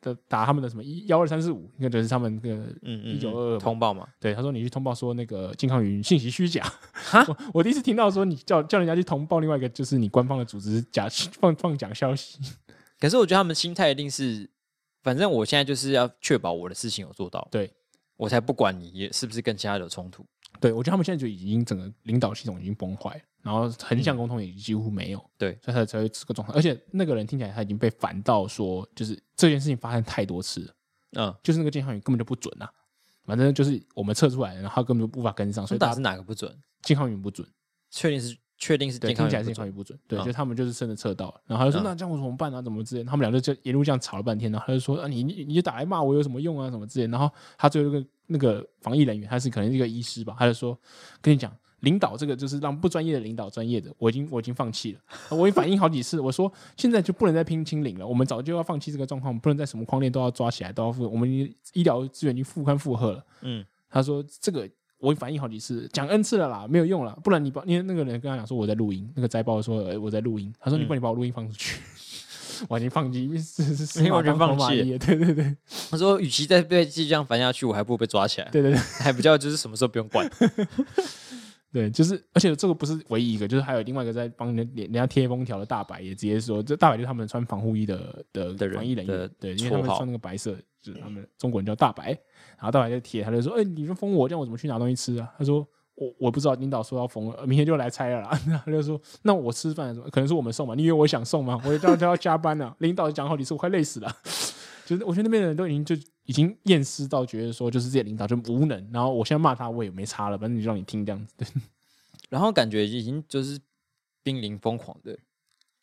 的打他们的什么一幺二三四五，那个就是他们那个嗯嗯， 1922嗯通报嘛，对，他说你去通报说那个健康云信息虚假。 我我第一次听到说你叫叫人家去通报另外一个就是你官方的组织假放放假消息。可是我觉得他们心态一定是，反正我现在就是要确保我的事情有做到，对我才不管你是不是跟其他人有冲突。对，我觉得他们现在就已经整个领导系统已经崩坏了，然后横向沟通也几乎没有。嗯对，所以他才会这个状态。而且那个人听起来他已经被烦到说，就是这件事情发生太多次了，嗯，就是那个健康云根本就不准啊。反正就是我们测出来，然后他根本就无法跟上，所所以以大打家是哪个不准？健康云不准。确定是确定是对，健听康起来人是不康准也不准。对，嗯就他们就是真的测到了，然后他就说、嗯那这样我怎么办啊？怎么之类的？他们俩就这一路这样吵了半天，然后他就说啊你你你就打来骂我有什么用啊？什么之类的。然后他最后那个那个防疫人员，他是可能一个医师吧，他就说跟你讲。领导这个就是让不专业的领导专业的，我已经我已经放弃了，我已经反映好几次，我说现在就不能再拼清零了，我们早就要放弃这个状况，我们不能在什么框列都要抓起来，都要负，我们已经医疗资源已经负担负荷了，嗯他说这个我反映好几次，讲 n 次了啦，没有用啦，不然你把因为那个人跟他讲说我在录音，那个摘报说、呃我在录音，他说你不然你把我录音放出去， 我已经放弃，因为是是是因为完全放弃了了，对对对他说，与其再被继续这样烦下去，我还不如被抓起来，对对对还比较就是什么时候不用管。对，就是而且这个不是唯一一个，就是还有另外一个在帮人人家贴封条的大白也直接说，这大白就是他们穿防护衣的的的人防疫人的员，对，因为他们绰号穿那个白色，就是他们中国人叫大白，然后大白就贴，他就说，哎、你就封我，这样我怎么去拿东西吃啊？他说。我我不知道，领导说要封了，明天就来拆了啦。然后他就说，那我吃饭的时候可能是我们送嘛？你以为我想送吗？我就要就要加班了、领导讲好几次，我快累死了。就是我觉得那边的人都已经就已经厌世到觉得说，就是这些领导就无能。然后我现在骂他，我也没差了，反正你就让你听这样子。对然后感觉已经就是濒临疯狂的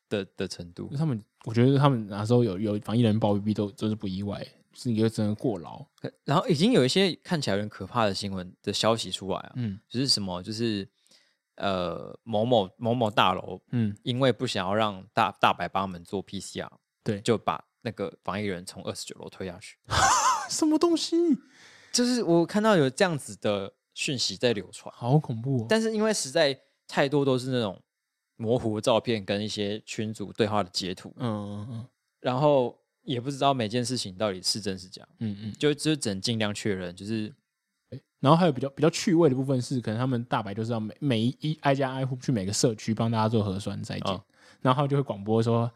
的的程度。他们，我觉得他们那时候有有防疫人暴毙，都真是不意外，是一个真的过劳。可然后已经有一些看起来有点可怕的新闻的消息出来啊，嗯就是什么就是呃某某某某大楼嗯，因为不想要让大大白帮他们做 PCR，对就把那个防疫人从二十九楼推下去。什么东西？就是我看到有这样子的讯息在流传，好恐怖、哦！但是因为实在太多都是那种模糊的照片跟一些群组对话的截图，嗯嗯然后也不知道每件事情到底是真是假，嗯嗯。就就只能尽量确认，就是然后还有比较比较趣味的部分是，可能他们大白就是要每每一挨家挨户去每个社区帮大家做核酸筛检，啊然后他们就会广播说。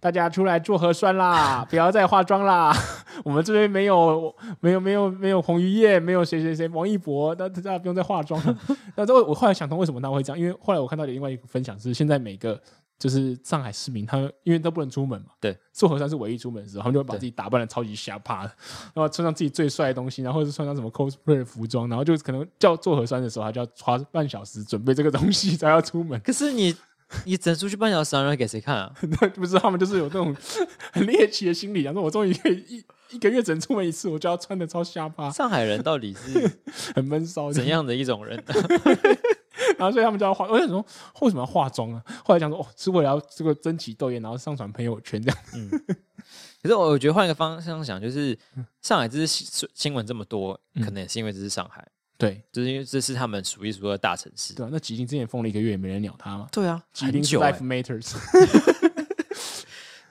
大家出来做核酸啦，不要再化妆啦！ 我们这边没有没有没有没有彭于晏，没有谁谁谁，王一博，那大家不用再化妆了。 那这我后来想通为什么他会这样，因为后来我看到有另外一个分享是，现在每个就是上海市民，他们因为都不能出门嘛，对，做核酸是唯一出门的时候，他们就会把对自己打扮的超级瞎趴的，然后穿上自己最帅的东西，然后或者是穿上什么 cosplay 的服装，然后就可能叫做核酸的时候，他就要花半小时准备这个东西才要出门。可是你你只能出去半小时啊，然后给谁看啊？不知道他们就是有那种很猎奇的心理，然啊后我终于可以一一个月只能出门一次，我就要穿的超瞎趴，上海人到底是很闷骚这怎样。样的一种人？ 然后所以他们就要化，我想说为什么要化妆啊？后来想说哦，是为了要这个争奇斗艳，然后上传朋友圈这样。可是我我觉得换一个方向想，就是嗯上海这是新新闻这么多，可能也是因为这是上海，对就是因为这是他们数一数二的大城市。对啊，那吉林之前封了一个月也没人鸟他嘛，对啊，吉很林是久、欸 Life，Matters，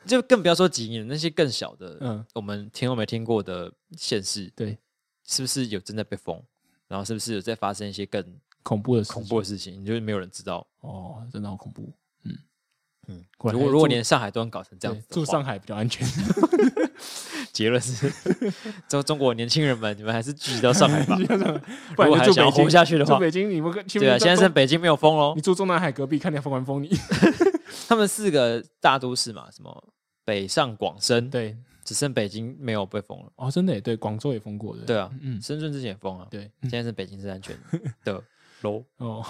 就更不要说吉林那些更小的，嗯我们听都没听过的县市，对，是不是有正在被封？然后是不是有在发生一些更恐怖的事情恐怖的事情？你就是没有人知道。哦，真的好恐怖。嗯，果然如果还如果住连上海都能搞成这对，样子住的话，上海比较安全。结论是， 中中国年轻人们，你们还是聚集到上海 吧。 不如然果就还住想要北京活下去的话住北京你们去对啊，现在是北京没有封喽 你。住中南海隔壁，看你要不要 封你。他们四个大都市嘛，什么北上广深，对，只剩北京没有被封了。哦，真的耶对，广州也封过的。对啊，嗯，深圳之前也封了，对，现在是北京是安全的喽。哦，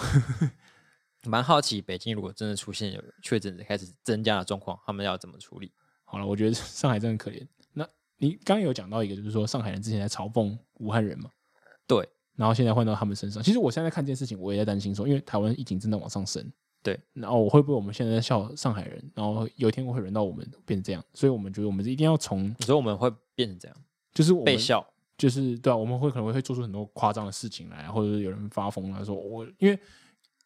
蛮好奇，北京如果真的出现有确诊者开始增加的状况，他们要怎么处理？好了，我觉得上海真的很可怜。那你刚刚有讲到一个，就是说上海人之前在嘲讽武汉人嘛？对，然后现在换到他们身上。其实我现在看这件事情，我也在担心说，因为台湾疫情正在往上升，对，然后我会不会我们现在在笑上海人，然后有一天会轮到我们变成这样？所以我们觉得我们是一定要从，所以我们会变成这样，就是我们被笑，就是对啊，我们会可能会做出很多夸张的事情来，或者是有人发疯了说我，因为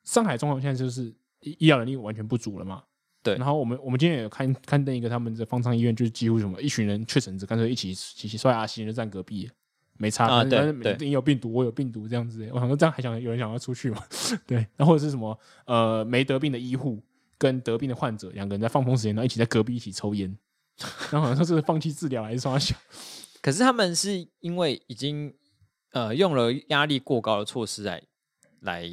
上海状况现在就是医医疗能力完全不足了嘛。对然后我们我们今天也有刊刊登一个他们的方舱医院，就是几乎什么一群人确诊者，干脆一起起起刷牙洗脸就站隔壁，没差。啊反正对反正每对你有病毒，我有病毒这样子。我想说这样还想有人想要出去吗？ 对，然后或者是什么呃没得病的医护跟得病的患者两个人在放风时间，然后一起在隔壁一起抽烟， 然后好像说这是放弃治疗还是什么小。可是他们是因为已经呃用了压力过高的措施来来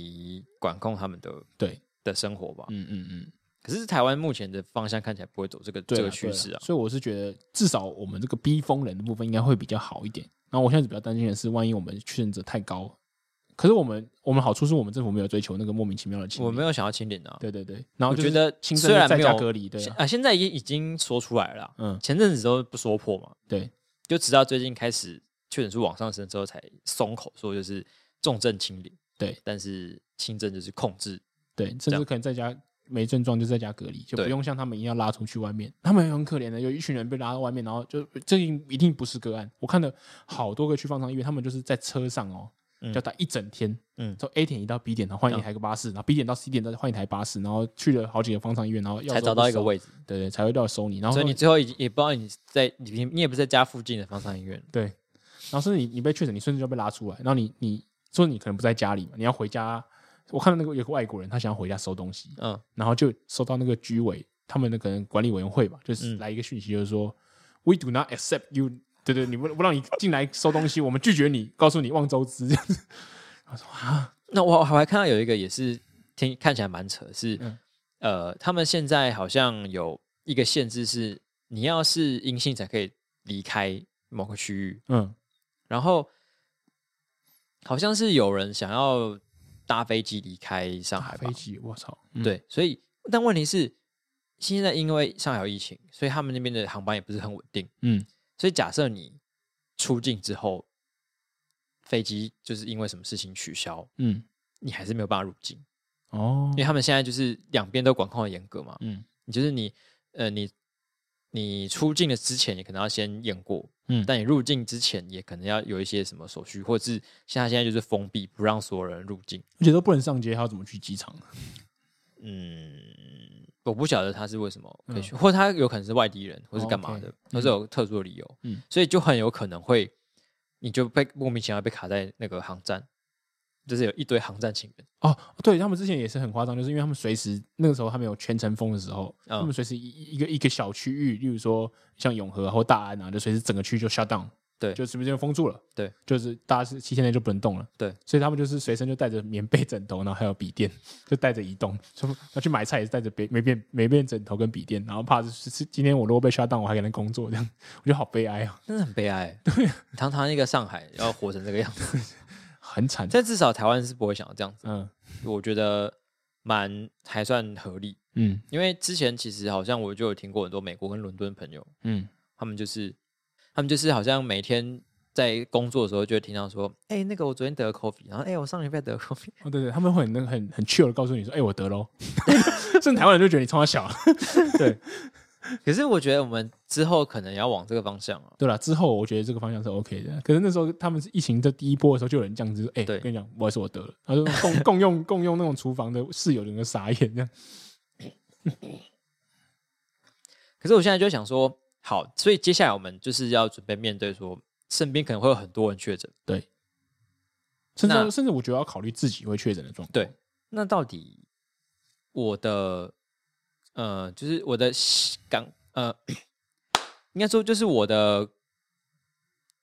管控他们的 对，的生活吧。嗯嗯嗯。可是台湾目前的方向看起来不会走这个对这个啦趋对啦势啊。所以我是觉得，至少我们这个逼疯人的部分应该会比较好一点。然后我现在比较担心的是，万一我们确诊者太高，可是我们我们好处是我们政府没有追求那个莫名其妙的清零我没有想要清零啊，对对对，然后我就是觉得轻虽然在没家有隔离，对现啊、啊，现在也已经说出来了啊，嗯，前阵子都不说破嘛，对就直到最近开始确诊数往上升之后才松口说就是重症清零，对但是轻症就是控制，对，甚至可能在家没症状就在家隔离，就不对用像他们一样拉出去外面。他们很可怜的，有一群人被拉到外面，然后就这一定不是个案。我看了好多个去方舱医院，他们就是在车上哦，嗯要待一整天，嗯从 A 点移到 B 点，然后换一台个巴士，然后 B 点到 C 点再换一台巴士，然后去了好几个方舱医院，然后要才收找到一个不收，位置，对对，才会到收你。然后所以你最后已经也不知道你在你你也不是在家附近的方舱医院，对，然后甚至你你被确诊，你甚至就被拉出来，然后你你说你可能不在家里嘛，你要回家。我看到那个有个外国人，他想要回家收东西，嗯，然后就收到那个居委他们的可能管理委员会吧，就是嗯来一个讯息，就是说、We do not accept you，对对，你不不让你进来收东西，我们拒绝你，告诉你望州知这 样子。我说啊，那我我还看到有一个也是听看起来蛮扯，是、嗯呃，他们现在好像有一个限制是，你要是阴性才可以离开某个区域，嗯然后好像是有人想要搭飞机离开上海吧飞？机，我操，嗯，对，所以但问题是，现在因为上海有疫情，所以他们那边的航班也不是很稳定，嗯所以假设你出境之后，飞机就是因为什么事情取消，嗯，你还是没有办法入境。哦因，为他们现在就是两边都管控的严格嘛，嗯你就是你呃你你出境的之前，你可能要先验过，嗯，但你入境之前也可能要有一些什么手续，或者是像他现在就是封闭，不让所有人入境。而且都不能上街，还要怎么去机场？嗯，我不晓得他是为什么可以去，或者他有可能是外地人，或是干嘛的嗯哦 OK，，都是有特殊的理由，嗯所以就很有可能会你就被莫名其妙被卡在那个航站，就是有一堆航站情人，哦，对他们之前也是很夸张，就是因为他们随时那个时候他们有全程封的时候，嗯他们随时一一个一个小区域，例如说像永和啊或大安啊，就随时整个区就 shut down，对就是不是就封住了，对，就是大家是七天内就不能动了，对，所以他们就是随身就带着棉被、枕头，然后还有笔电，就带着移动，就要去买菜也是带着别没变没变枕头跟笔电，然后怕是是今天我如果被 shut down，我还可能工作这样，我觉得好悲哀啊，真的很悲 哀。对，堂堂一个上海要活成这个样子。很惨，但至少台湾是不会想要这样子，嗯我觉得蛮还算合理。嗯因为之前其实好像我就有听过很多美国跟伦敦朋友，嗯，他们就是他们就是好像每天在工作的时候就会听到说，哎、那个我昨天得了 COVID，然后哎、我上礼拜得了 COVID， 哦对对，他们会很那个很很 chill 的告诉你说，哎、我得喽， 甚至台湾人就觉得你从小小。可是我觉得我们之后可能也要往这个方向啊。对了，之后我觉得这个方向是 OK 的。可是那时候他们是疫情的第一波的时候，就有人这样子说：“哎、对我跟你讲，我还是我得了。”他说共 共用共用那种厨房的室友，整个傻眼这样。可是我现在就想说，好，所以接下来我们就是要准备面对说，身边可能会有很多人确诊，甚那至甚至我觉得要考虑自己会确诊的状况。对，那到底我的呃，就是我的喜感呃， 应该说就是我的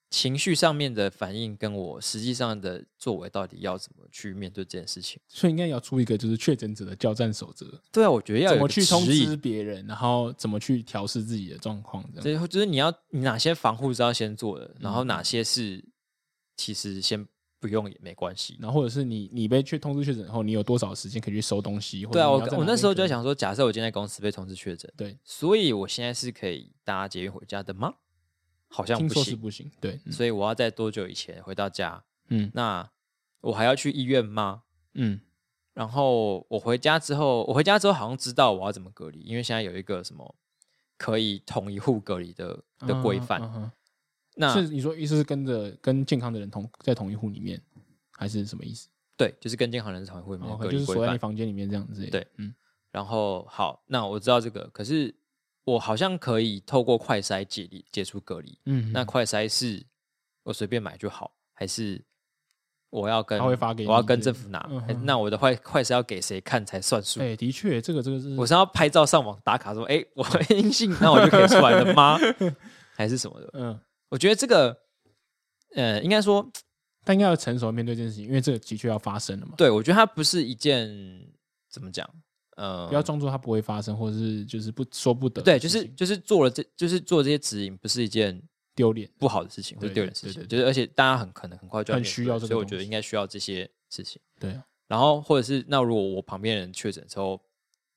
情绪上面的反应，跟我实际上的作为，到底要怎么去面对这件事情？所以应该要出一个就是确诊者的交战守则，对啊，我觉得要怎有一么个去通指引知别人，然后怎么去调试自己的状况这样。最后就是你要你哪些防护是要先做的，然后哪些是其实先不用也没关系。然后或者是你你被确通知确诊后，你有多少时间可以去收东西？或者对啊，我你要在我哪那边时候就隔在离，想说，假设我今天在公司被通知确诊，对，所以我现在是可以搭捷运回家的吗？好像听不说是行，不行。对，嗯所以我要在多久以前回到家？嗯那我还要去医院吗？嗯，然后我回家之后，我回家之后好像知道我要怎么隔离，因为现在有一个什么可以统一户隔离的的规范。嗯嗯嗯那是你说意思是跟着跟健康的人同在同一户里面，还是什么意思？对，就是跟健康人是同一户里面的哦，隔就离是规锁在范你。房间里面这样子。对，嗯，然后好，那我知道这个，可是我好像可以透过快筛解离解除隔离。嗯，那快筛是我随便买就好，还是我要跟他会发给你我要跟对政府拿？嗯还哼那我的快快筛要给谁看才算数？哎，的确，这个这个是我是要拍照上网打卡说，哎、我阴性，那我就可以出来了 吗？还是什么的？嗯，我觉得这个，呃，应该说，但应该要成熟地面对这件事情，因为这个的确要发生了嘛，对我觉得它不是一件怎么讲，呃，不要装作它不会发生，或者是就是不说不得的对，事就情，是就是做了这就是做这些指引，不是一件丢脸。不好的事情或对者丢人的事对情，对就是而且大家很可能很快就要很面需对要这个所以我东觉得西应该需要这些事情。对啊，然后或者是那如果我旁边人确诊之后，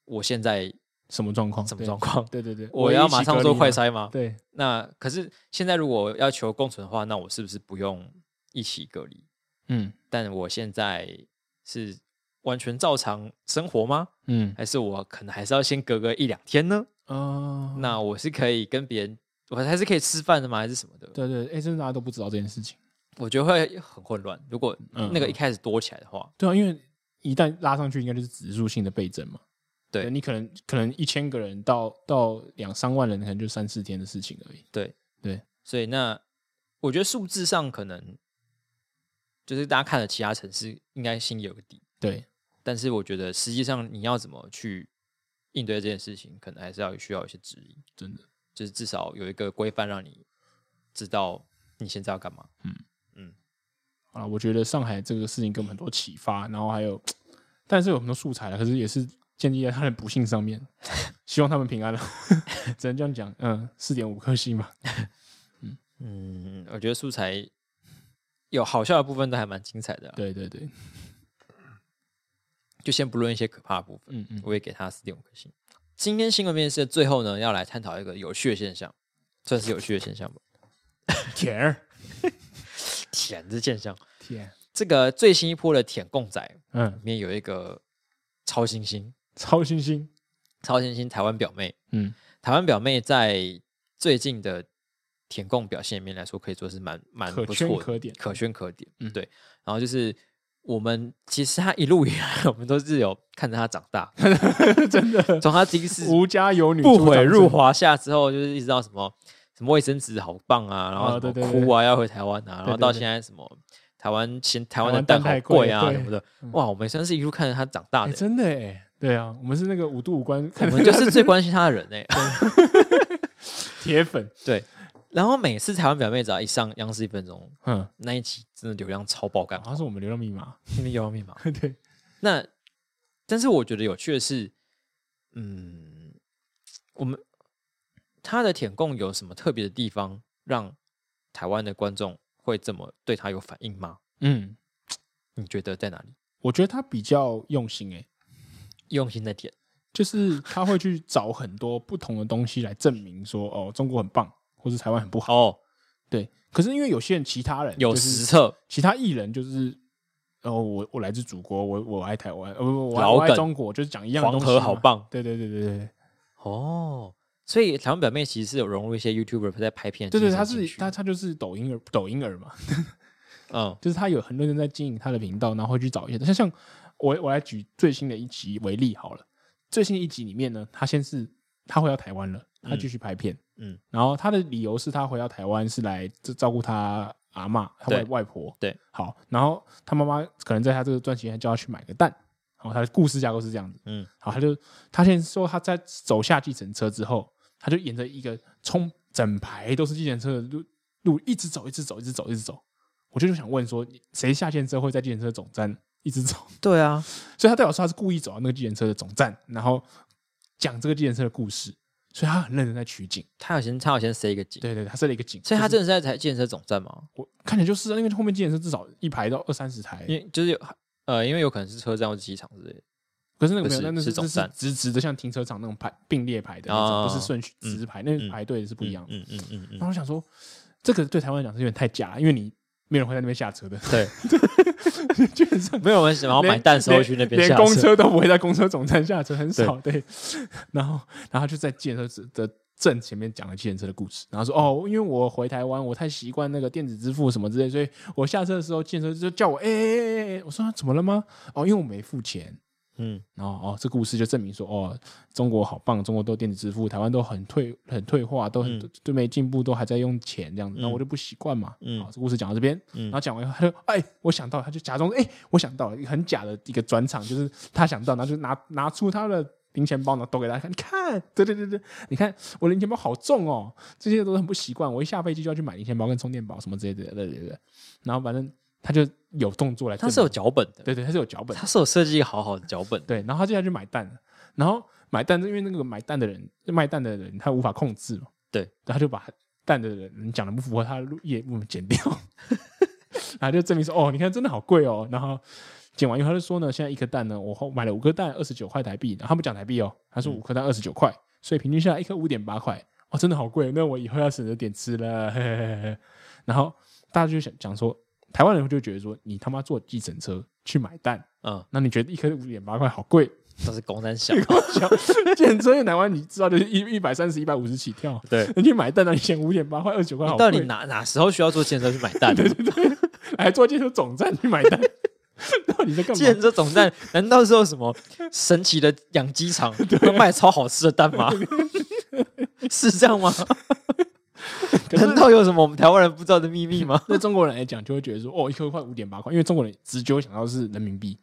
我现在什么状况？什么对状？况？对对对，我一要起马上隔做离快嘛。筛吗？对，那可是现在如果要求共存的话，那我是不是不用一起隔离？嗯但我现在是完全照常生活吗？嗯还是我可能还是要先隔个一两天呢？啊，那我是可以跟别人，我还是可以吃饭的吗？还是什么的？对对，哎，真的大家都不知道这件事情。我觉得会很混乱。如果嗯那个一开始多起来的话，对啊，因为一旦拉上去，应该就是指数性的倍增嘛。对你可能可能一千个人到到两三万人，可能就三四天的事情而已。所以那我觉得数字上可能就是大家看了其他城市，应该心里有个底。对，但是我觉得实际上你要怎么去应对这件事情，可能还是要需要一些指引，真的，就是至少有一个规范让你知道你现在要干嘛。啊，我觉得上海这个事情给我们很多启发，然后还有，但是有很多素材了，可是也是建立在他的不幸上面， 希望他们平安了，啊 只能这样讲。嗯，四点五颗星吧。嗯，我觉得素材有好笑的部分都还蛮精彩的啊、对对对，就先不论一些可怕的部分，嗯嗯，我也给他四点五颗星。今天新闻面试的最后呢，要来探讨一个有趣的现象，算是有趣的现象吧，舔儿舔的现象。舔，这个最新一波的舔共仔里嗯，面有一个超新星，超星星，超新星台湾表妹，嗯，台湾表妹在最近的填供表现里面来说，可以说是蛮蛮可不圈错的，可点。可圈可点。嗯对。然后就是我们其实她一路以来， 我们都是有看着她长大，真的，从她第一次吴家有女不悔入华。华夏之后，就是一直到什么什么卫生纸好棒啊，然后啊什么对对哭啊要回台湾啊，然后对对到对现在什么台湾嫌台湾的台湾蛋蛋好太贵贵啊对嗯什么的，哇，我们算是一路看着她长大哎、的，真的啊哎、对啊，我们是那个五度五官我看 们就是最关心她的人哎。 铁粉，对，然后每次台湾表妹只要一上央视一分钟， 嗯，那一集真的流量超爆干 好，像是我们流量密码， 那边流量密码。对，那但是我觉得有趣的是，嗯，我们他的舔供有什么特别的地方，让台湾的观众会这么对他有反应吗？嗯，你觉得在哪里？我觉得他比较用心哎、用心的舔，就是他会去找很多不同的东西来证明说，哦，中国很棒，或是台湾很不好，哦，对。可是因为有些人，其他人有就是实测，其他艺人就是，哦，我我来自祖国，我我爱台湾，呃，不不，我爱老我爱梗中国，就是讲一样的黄东西河好嘛，棒对对对对对哦。所以台湾表妹其实是有融入一些 YouTuber 在拍片的对精对，神他进是去，他他就是抖音儿抖音儿嘛，嗯就是他有很认真在经营他的频道，然后会去找一些像像我我来举最新的一集为例好了，最新一集里面呢，他先是他回到台湾了，他继续拍片，嗯然后他的理由是他回到台湾是来照照顾他阿嬷，他对外外婆，对，好，然后他妈妈可能在他这个段期间叫他去买个蛋，然后他的故事架构是这样子，嗯，好，他就他先说他在走下计程车之后，他就沿着一个冲整排都是计程车的路路一直走，一直走，一直走，一直走。我就想问说，谁下线之后会在计程车总站一直走？对啊，所以他代表说他是故意走到那个计程车的总站，然后讲这个计程车的故事，所以他很认真在取景。他有先他有先塞一个景，对对，对他设了一个景，所以他就是真的是在台建设总站吗？我看起来就是啊因为后面计程车至少一排到二三十台因，为就是有呃，因为有可能是车站或者机场之类的。可是那个不没有，是那那是是总那是站直直的，像停车场那种排并列排的那种，哦嗯不是顺序直排，那个排队是不一样的。嗯嗯嗯然后我想说，这个对台湾来讲是有点太假了，因为你没有人会在那边下车的， 对，基本上没有人想要买蛋时候去那边连下公车车都不会在公车总站下车，很少对。 然后，然后就在计程车的正前面讲了计程车的故事，然后说哦，因为我回台湾，我太习惯那个电子支付什么之类，所以我下车的时候，计程车就叫我，哎哎哎哎哎，我说、啊、怎么了吗？哦，因为我没付钱。嗯，然后哦，这故事就证明说，哦，中国好棒，中国都有电子支付，台湾都很退很退化，都很、都没进步，都还在用钱这样子。那、我就不习惯嘛。嗯，好，这故事讲到这边，然后讲完以后，他就哎，我想到，他就假装哎，我想到了一个很假的一个转场，就是他想到，然后就拿拿出他的。零钱包呢，抖给大家看，你看，对对对对，你看我零钱包好重哦，这些都很不习惯。我一下飞机就要去买零钱包跟充电宝什么之类的，对对对。然后反正他就有动作来证它明，是有脚本的，对对，他是有脚本的，它是有设计一个好好的脚本的，对，然后他就要去买蛋了，然后买蛋，因为那个买蛋的人，卖蛋的人他无法控制嘛，对然后他就把蛋的人讲的不符合他的录业务剪掉， 然后就证明说，哦，你看真的好贵哦，然后剪完以后他就说呢，现在一颗蛋呢，我花买了五颗蛋，二十九块台币，然后他不讲台币哦，他说五颗蛋二十九块，所以平均下来一颗五点八块，哦，真的好贵，那我以后要省着点吃了， 嘿嘿嘿嘿然后大家就想讲说。台湾人就会觉得说，你他妈坐计程车去买蛋，嗯，那你觉得一颗五点八块好贵？ 都是公山小，建车在台湾你知道就是一一百三十、一百五十起跳，对，你去买蛋那你嫌五点八块、二九块好你贵，到底哪哪时候需要坐健身去买蛋？还坐建车总站去买蛋？ 到底在干健嘛？身总站难道是有什么神奇的养鸡 场，会卖超好吃的蛋吗？是这样吗？可是难道有什么我们台湾人不知道的秘密吗？对中国人来讲，就会觉得说，哦，一颗块五点八块，因为中国人直觉会想到是人民币，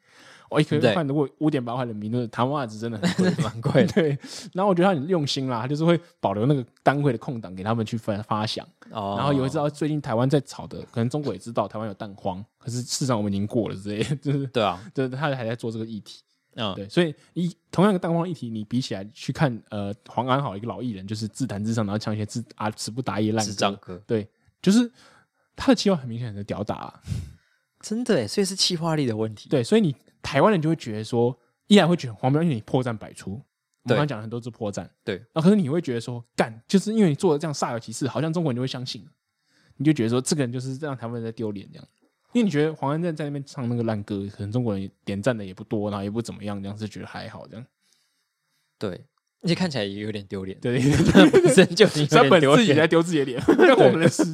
哦，一颗对块如果五点八块人民币，台湾值真的很 贵。蛮贵的对，然后我觉得他很用心啦，他就是会保留那个单位的空档给他们去发发想。哦。 然后有一知道最近台湾在炒的，可能中国也知道台湾有蛋荒，可是市场我们已经过了之类的，就是 对啊，就是他还在做这个议题。嗯，对，所以一同样的蛋荒议题，你比起来去看，呃，黄安好一个老艺人，就是自弹自唱，然后唱一些自啊词不达意烂智障歌，哥，对，就是他的计划很明显很屌打、啊真的耶所以是气化力的问题。对，所以你台湾人就会觉得说，依然会觉得很荒谬，因为你破绽百出。我们对刚刚讲了很多次破绽，对然后可是你会觉得说，干，就是因为你做的这样煞有其事，好像中国人就会相信，你就觉得说这个人就是让台湾人在丢脸这样。因为你觉得黄安在在那边唱那个烂歌，可能中国人点赞的也不多，然后也不怎么样，这样是觉得还好这样。对，而且看起来 也有点丢脸，对，本身就已经三有点本丢自己脸在。丢自己 的脸，干我们的事。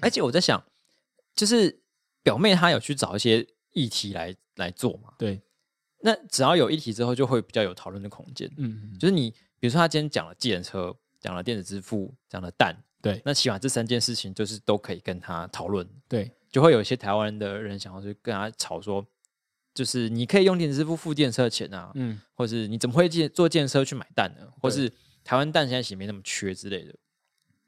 而且我在想，就是表妹她有去找一些议题来来做嘛，对，那只要有议题之后，就会比较有讨论的空间。嗯，就是你，比如说他今天讲了计程车，讲了电子支付，讲了蛋，对那起码这三件事情就是都可以跟他讨论，对就会有一些台湾的人想要去跟他吵说，就是你可以用电子支付付电车的钱啊，嗯，或是你怎么会借坐电车去买蛋呢？或对是台湾蛋现在其实没那么缺之类的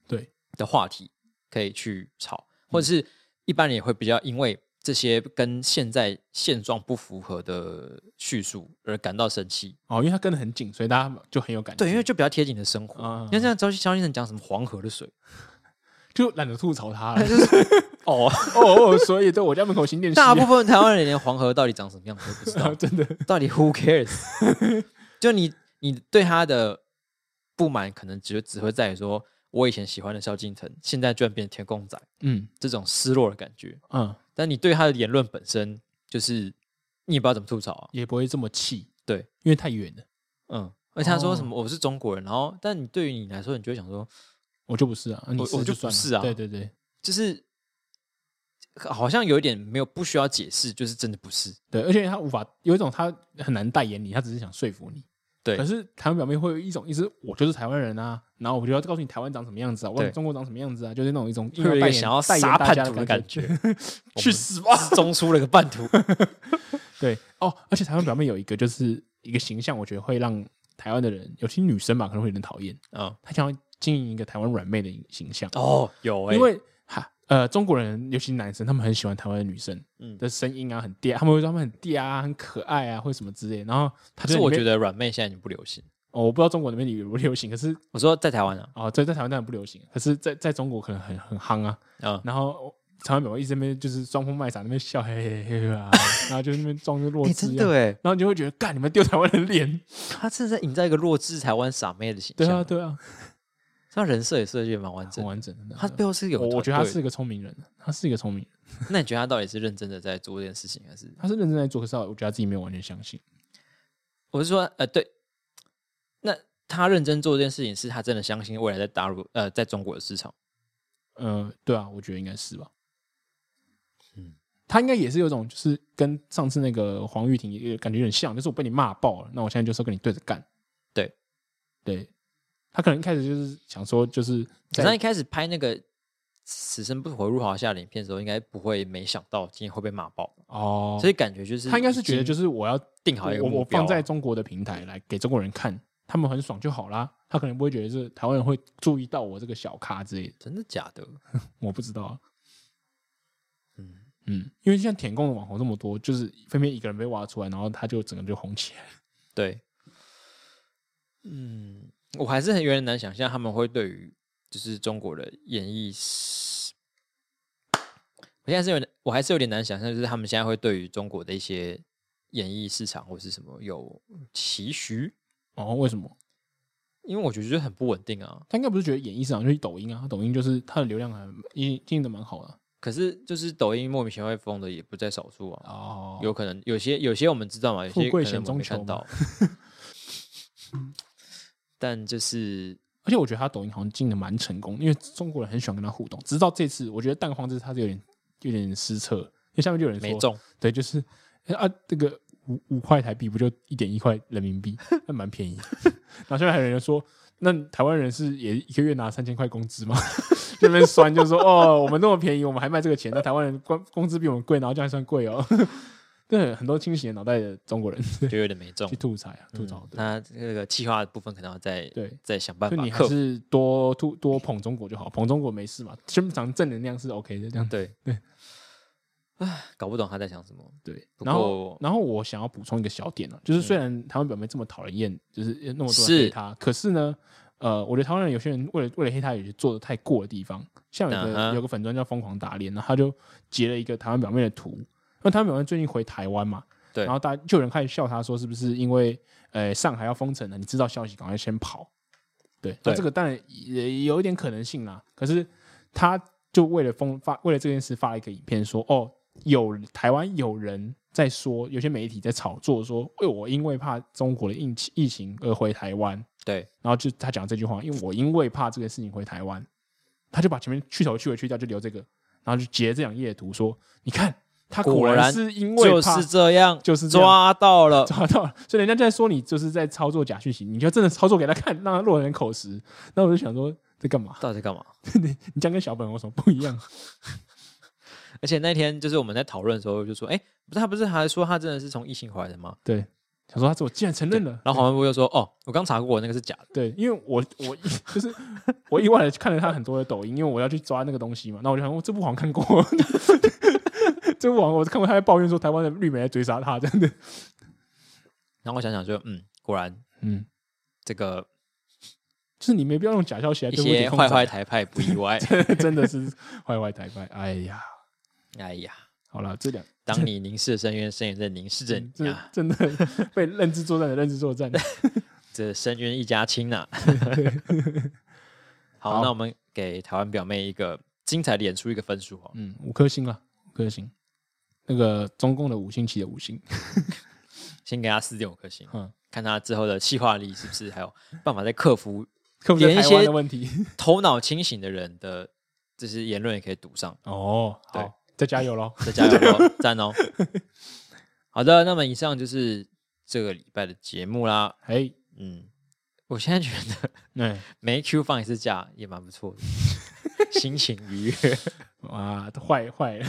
对的话题可以去吵，或者是一般人也会比较因为这些跟现在现状不符合的叙述而感到生气。嗯哦，因为他跟的很紧，所以大家就很有感觉。对，因为就比较贴近你的生活。啊你看，像周萧敬腾讲什么黄河的水，就懒得吐槽他了。 哦， 哦哦，所以对我家门口新店西大啊部分台湾人连黄河到底长什么样子都不知 道，啊真的到底 who cares？就 你你对他的不满，可能只只会在于说，我以前喜欢的萧敬腾，现在居然变成天公仔，嗯这种失落的感觉。嗯，但你对他的言论本身，就是你也不知道怎么吐槽啊。也不会这么气。对，因为太远了，嗯，而且他说什哦么我是中国人，然后但你对于你来说，你就会想说，我就不是啊，啊你我是我就算不是了啊对对对就是好像有一点没有不需要解释，就是真的不是。对，而且他无法有一种他很难代言你，他只是想说服你。对可是台湾表面会有一种意思，我就是台湾人啊，然后我就要告诉你台湾长什么样子啊，我告诉你对中国长什么样子啊，就是那种一种会有一代个言想要代言杀大叛家的徒的感感觉， 去死吧！中出了个叛 徒。对哦，而且台湾表妹有一个就是一个形象，我觉得会让台湾的人，尤其女生吧，可能会有点讨厌。嗯，她想要经营一个台湾软妹的形象，哦，有哎、因为哈呃中国人，尤其男生，他们很喜欢台湾的女生嗯的声音啊，很嗲，他们会说他们很嗲啊，很可爱啊，或什么之类。然后他可是我觉得、得软妹现在已经不流行。哦，我不知道中国那边有不流行，可是我说在台湾啊，哦，在在台湾当然不流行，可是在在中国可能很很夯啊。嗯，然后台湾表妹一直在那边就是装疯卖傻，那边笑嘿嘿嘿啊， 然后就在那边装着弱哎、智、真一的样，哎，然后你就会觉得干你们丢台湾人脸。 她真的在营造一个弱智台湾傻妹的形对象，啊，对啊，他人设也设计得蛮完很整的。完整的。他背后是有我团队的，我觉得他是个聪明人，他是一个聪明 人，那你觉得他到底是认真的在做这件事情，还是他是认真在做，可是我觉得他自己没有完全相信。我是说，呃，对，那他认真做这件事情，是他真的相信未来在大陆呃在中国的市场，呃，对啊，我觉得应该是吧。嗯他应该也是有一种，就是跟上次那个黄玉婷也也感觉有点像，就是我被你骂爆了，那我现在就是要跟你对着干。对，对，他可能一开始就是想说，就是可是他在一开始拍那个《此生不悔入华夏》的影片的时候，应该不会没想到今天会被骂爆，哦，所以感觉就是他应该是觉得就是是我要定好一个我我目标放在啊中国的平台来给中国人看，他们很爽就好啦。他可能不会觉得是台湾人会注意到我这个小咖之类的，真的假的？我不知道啊。嗯，嗯，因为像舔共的网红这么多，就是分别一个人被挖出来，然后他就整个就红起来。对，嗯，我还是很有点难想象他们会对于就是中国的演艺史。我现在是有点，我还是有点难想象，就是他们现在会对于中国的一些演艺市场或是什么有期许，哦，为什么？因为我觉得就是很不稳定啊。他应该不是觉得演艺市场就是抖音啊，抖音就是它的流量还经经营的蛮好的可是就是抖音莫名其妙会封的也不在少数啊，哦有可能有些有些我们知道嘛，有富些可贵能险我们没中看求到嘛。 但就是而且我觉得他抖音好像经营的蛮成功，因为中国人很喜欢跟他互动。直到这次，我觉得蛋黄这次他是有点有点失策，因为下面就有人没说，中，对，就是啊，这个五五块台币不就一点一块人民币，那蛮便宜。然后下面还有人说，那台湾人是也一个月拿三千块工资吗？ 这边酸就说哦，我们那么便宜，我们还卖这个钱，那台湾人工工资比我们贵，然后这样还算贵哦。 对，很多清醒的脑袋的中国人就有点没中 去。吐槽啊，吐槽嗯对那这个计划的部分可能要再对。再想办就法你还克服。是多吐多捧中国就好，捧中国没事嘛，宣传正能量是 OK 的，这样对对，唉，搞不懂他在想什么。对。不然后过，然后我想要补充一个小点呢、哦就是虽然台湾表妹这么讨人厌，就是那么多人是黑她，可是呢，呃，我觉得台湾人有些人为了为了黑她，有些做的太过的地方。像有嗯个、哼有个粉砖叫疯狂打脸，然后他就截了一个台湾表妹的图，那台湾表妹最近回台湾嘛，对然后大家就有人开始笑她说是不是因为呃上海要封城了，你知道消息赶快先跑。对，那对这个当然也有一点可能性啦。可是他就为了封发，为了这件事发了一个影片说，哦，有台湾有人在说，有些媒体在炒作说，哎，我因为怕中国的疫情疫情而回台湾，对，然后就他讲这句话，因为我因为怕这个事情回台湾，他就把前面去头去尾去掉，就留这个，然后就截这两页的图说，你看他果果然是因为就怕是这样，就是这样抓到了。抓到了，所以人家就在说你就是在操作假讯息，你就真的操作给他看，让他落人口实。那我就想说，在干嘛？ 到底在干嘛？你这样跟小本有什么不一样？而且那天就是我们在讨论的时候，就说，哎、不是他不是还说他真的是从疫情回来的吗？对，想说他我竟然承认了。然后黄文波就嗯说，哦，我刚查过，那个是假的。对，因为我我就是我意外的看了他很多的抖音，因为我要去抓那个东西嘛。那我就想，我这部好像看过， 这部好像我看过他在抱怨说台湾的绿媒在追杀他，真的。然后我想想就，嗯，果然嗯，这个就是你没必要用假消息来一对付你些控坏坏仔，台派不意外。 真的是坏坏台派。哎呀，哎呀，好了，这两当你凝视着深渊，深渊在凝视着嗯这你啊，真的被认知作战的认 知作战。这深渊一家亲 呐、好，好那我们给台湾表妹一个精彩的演出一个分数哦。嗯，五颗星啦，五颗星。那个中共的五星旗的五星，先给他四点五颗星，嗯，看他之后的气化力是不是还有办法再克服克服在连一台湾些的问题。 头脑清醒的人的这些言论也可以堵上，哦，对好，再加油喽。 再加油咯，赞哦！好的，那么以上就是这个礼拜的节目啦。哎，嗯，我现在觉得哎，没 Q 放一次假也蛮不错的，心情愉悦。 哇，都坏坏了。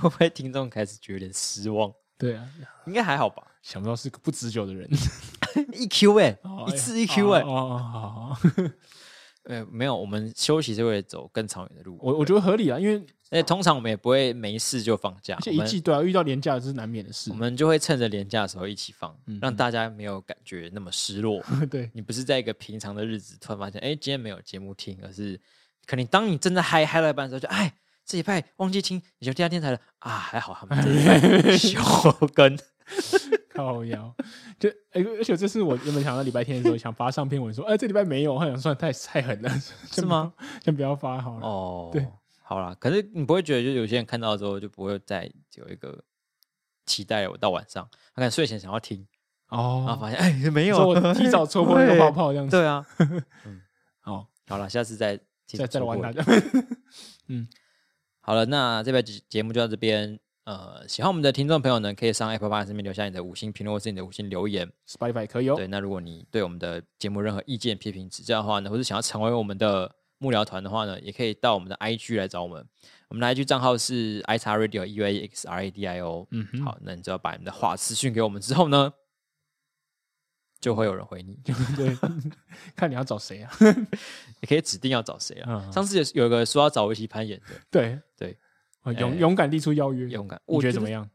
会不会听众开始觉得有点失望？对啊，应该还好 吧，想不到是个不持久的人，一 Q 哎、 哦一哎次一 Q 哎、哦哦，好，好呃，没有，我们休息是为了走更长远的路。 我我觉得合理啊，因为而且通常我们也不会没事就放假，而且我一们季对啊，遇到廉价这是难免的事我。们就会趁着廉价的时候一起放，嗯让大家没有感觉那么失 落。对，你不是在一个平常的日子突然发现，哎、今天没有节目听，而是可能当你真的嗨嗨到一半的时候就，哎，这礼 拜忘记听，你就第二天才了啊，还好他们这礼拜休更。靠腰，就哎、而且这是我原本想到礼拜天的时候想发上篇文说，哎、这礼拜没有，我想算太太狠了， 是吗？先不要发好了。哦，对，好啦，可是你不会觉得，就有些人看到之后就不会再有一个期待了。我到晚上，他可能睡前想要听，然后哦，发现哎没没有，我提早戳破那个 对。泡泡这样子。对啊，哦，好了，下次再提再再来玩错过大家。好了，那这边节节目就到这边。呃，喜欢我们的听众朋友呢，可以上 Apple Podcast 上面留下你的五星评论或是你的五星留言。 Spotify 可以哦对，，那如果你对我们的节目任何意见、批评、指教的话呢，或是想要成为我们的幕僚团的话呢，也可以到我们的 IG 来找我们。我们的 IG 账号是 i x radio e u a x r a d i o。嗯哼好，那你只要把你们的话私讯给我们之后呢，就会有人回你。 对， 看你要找谁啊？也可以指定要找谁啊？嗯上次也是有一个说要找我一起攀岩的， 对对，哦勇哎勇敢递出邀约，勇敢，你我觉得怎么么样？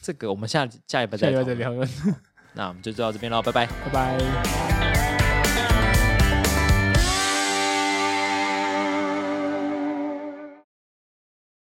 这个我们下下一拜下再礼拜聊再。聊，那我们就到这边喽，拜拜。拜拜。